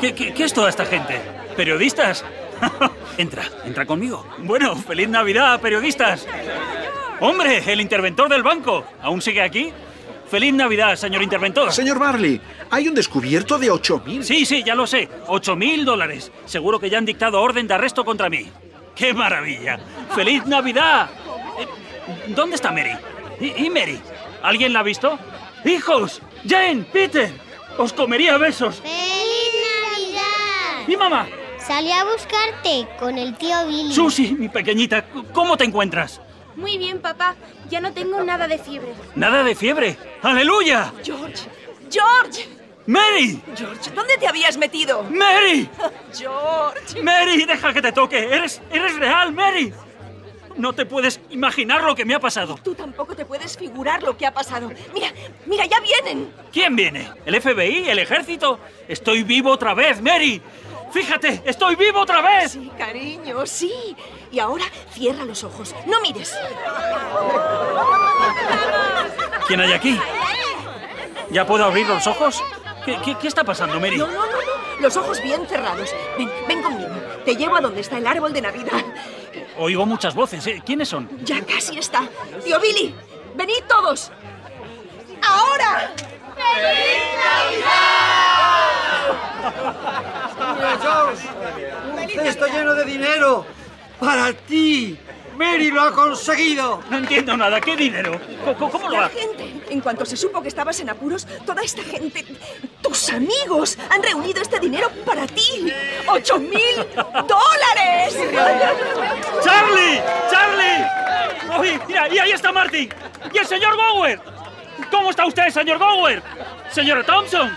F: ¿Qué, qué, qué es toda esta gente? ¿Periodistas? entra, entra conmigo. Bueno, feliz Navidad, periodistas. Hombre, el interventor del banco. ¿Aún sigue aquí? Feliz Navidad, señor interventor.
V: Señor Barley, hay un descubierto de 8.000.
F: Sí, sí, ya lo sé. 8.000 dólares. Seguro que ya han dictado orden de arresto contra mí. ¡Qué maravilla! ¡Feliz Navidad! Eh, ¿Dónde está Mary? ¿Y, y Mary? ¿Alguien la ha visto? ¡Hijos! ¡Jane! ¡Peter! ¡Os comería a besos!
A: ¡Feliz Navidad!
F: ¿Y mamá?
A: Salí a buscarte con el tío Billy.
F: Susi, mi pequeñita, ¿cómo te encuentras?
M: Muy bien, papá. Ya no tengo nada de fiebre.
F: Nada de fiebre. ¡Aleluya!
I: George, George,
F: ¡Mary!
I: George, ¿dónde te habías metido?
F: ¡Mary!
I: George.
F: ¡Mary, deja que te toque! ¡Eres, eres real, Mary! No te puedes imaginar lo que me ha pasado.
I: Tú tampoco te puedes figurar lo que ha pasado. Mira, mira, ya vienen.
F: ¿Quién viene? ¿El FBI? ¿El ejército? ¡Estoy vivo otra vez, Mary! ¡Fíjate! ¡Estoy vivo otra vez!
I: Sí, cariño, sí. Y ahora cierra los ojos. No mires.
F: ¿Quién hay aquí? ¿Ya puedo abrir los ojos? ¿Qué, qué- qué está pasando, Mary?
I: No, no, no, no. Los ojos bien cerrados. Ven, ven conmigo. Te llevo a donde está el árbol de Navidad.
F: Oigo muchas voces. ¿eh? ¿Quiénes son?
I: Ya casi está. Tío Billy, venid todos. Ahora.
J: Mira, George, un cesto lleno de dinero para ti. Mary lo ha conseguido.
F: No entiendo nada. ¿Qué dinero? ¿Cómo, cómo lo
I: La
F: ha...?
I: gente, en cuanto se supo que estabas en apuros, toda esta gente, tus amigos, han reunido este dinero para ti. ¡Ocho mil dólares!
F: ¡Charlie! ¡Charlie! ¡Oye, mira! ¡Y ahí está Martin! ¡Y el señor Gower! ¿Cómo está usted, señor Gower? ¡Señora Thompson!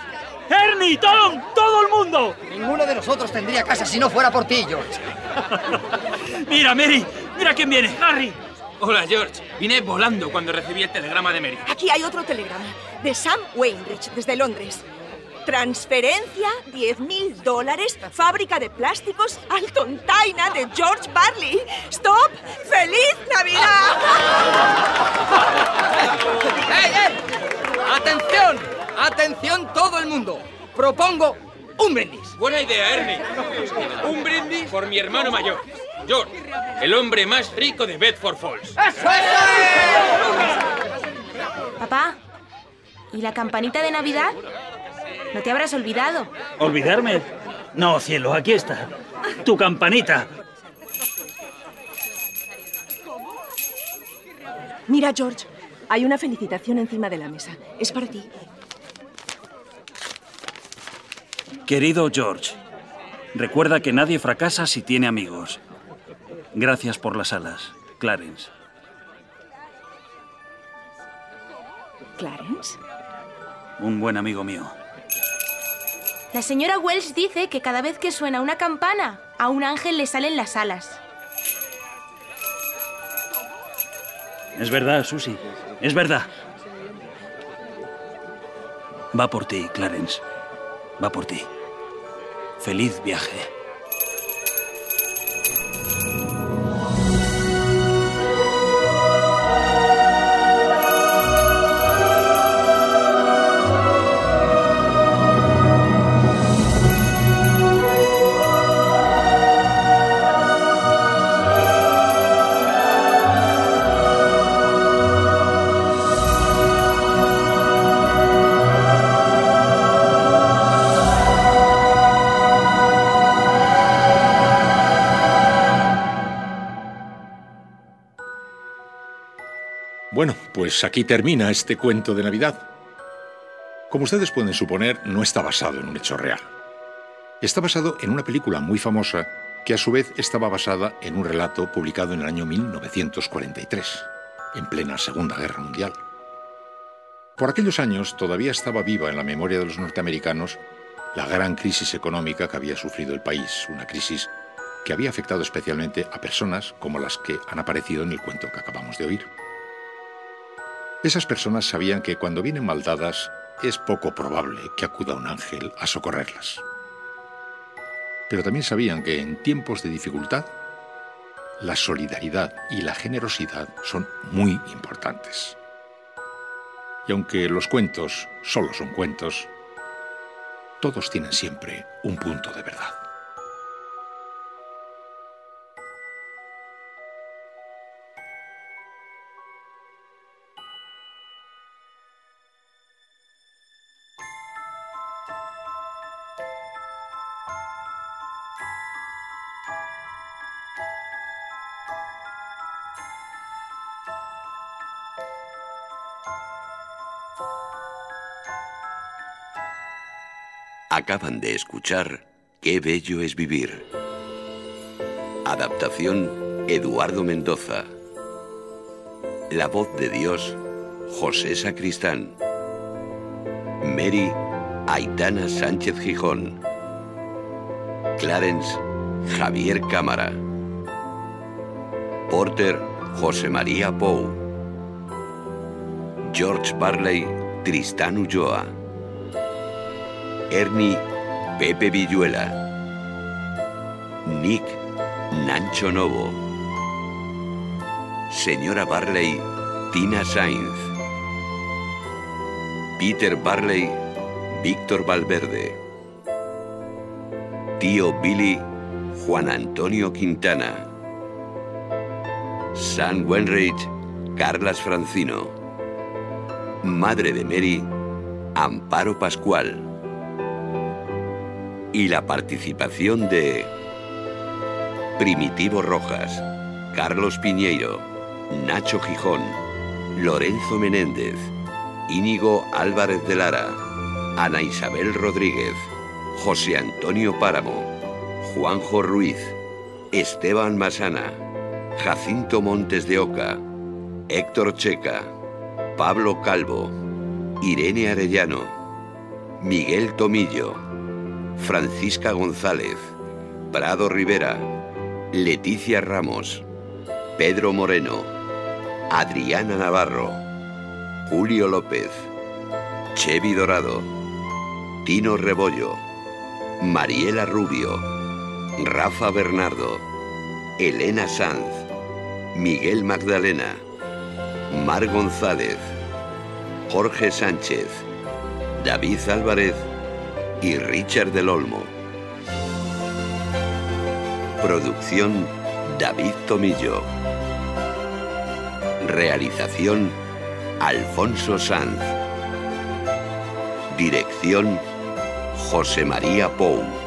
F: ¡Ernie! ¡Tom! ¡Todo el mundo!
S: Ninguno de nosotros tendría casa si no fuera por ti, George.
F: Mira, Mary, mira quién viene, Harry.
T: Hola, George. Vine volando cuando recibí el telegrama de Mary.
I: Aquí hay otro telegrama de Sam Wainrich, desde Londres. Transferencia 10 mil dólares, fábrica de plásticos Alton Taina de George Barley. ¡Stop! ¡Feliz Navidad!
U: ¡Ey, ey! ¡Atención! ¡Atención todo el mundo! Propongo un brindis.
T: Buena idea, Ernie. Un brindis por mi hermano mayor, George, el hombre más rico de Bedford Falls.
M: Papá, ¿y la campanita de Navidad? No te habrás olvidado.
F: ¿Olvidarme? No, cielo, aquí está. Tu campanita.
I: Mira, George, hay una felicitación encima de la mesa. Es para ti.
F: Querido George, recuerda que nadie fracasa si tiene amigos. Gracias por las alas, Clarence.
M: ¿Clarence?
F: Un buen amigo mío.
M: La señora Welsh dice que cada vez que suena una campana, a un ángel le salen las alas.
F: Es verdad, Susi. Es verdad. Va por ti, Clarence. Va por ti. Feliz viaje.
A: Bueno, pues aquí termina este cuento de Navidad. Como ustedes pueden suponer, no está basado en un hecho real. Está basado en una película muy famosa que a su vez estaba basada en un relato publicado en el año 1943, en plena Segunda Guerra Mundial. Por aquellos años todavía estaba viva en la memoria de los norteamericanos la gran crisis económica que había sufrido el país, una crisis que había afectado especialmente a personas como las que han aparecido en el cuento que acabamos de oír. Esas personas sabían que cuando vienen maldadas es poco probable que acuda un ángel a socorrerlas. Pero también sabían que en tiempos de dificultad, la solidaridad y la generosidad son muy importantes. Y aunque los cuentos solo son cuentos, todos tienen siempre un punto de verdad.
H: Acaban de escuchar Qué bello es vivir. Adaptación Eduardo Mendoza. La voz de Dios José Sacristán. Mary Aitana Sánchez Gijón. Clarence Javier Cámara. Porter José María Pou. George Barley Tristán Ulloa. Ernie Pepe Villuela, Nick Nancho Novo, Señora Barley Tina Sainz, Peter Barley Víctor Valverde, Tío Billy Juan Antonio Quintana, San Wenrich Carlas Francino, Madre de Mary Amparo Pascual y la participación de Primitivo Rojas, Carlos Piñeiro, Nacho Gijón, Lorenzo Menéndez, Íñigo Álvarez de Lara, Ana Isabel Rodríguez, José Antonio Páramo, Juanjo Ruiz, Esteban Masana, Jacinto Montes de Oca, Héctor Checa, Pablo Calvo, Irene Arellano, Miguel Tomillo, Francisca González, Prado Rivera, Leticia Ramos, Pedro Moreno, Adriana Navarro, Julio López, Chevi Dorado, Tino Rebollo, Mariela Rubio, Rafa Bernardo, Elena Sanz, Miguel Magdalena, Mar González, Jorge Sánchez, David Álvarez, y Richard del Olmo. Producción David Tomillo. Realización Alfonso Sanz. Dirección José María Pou.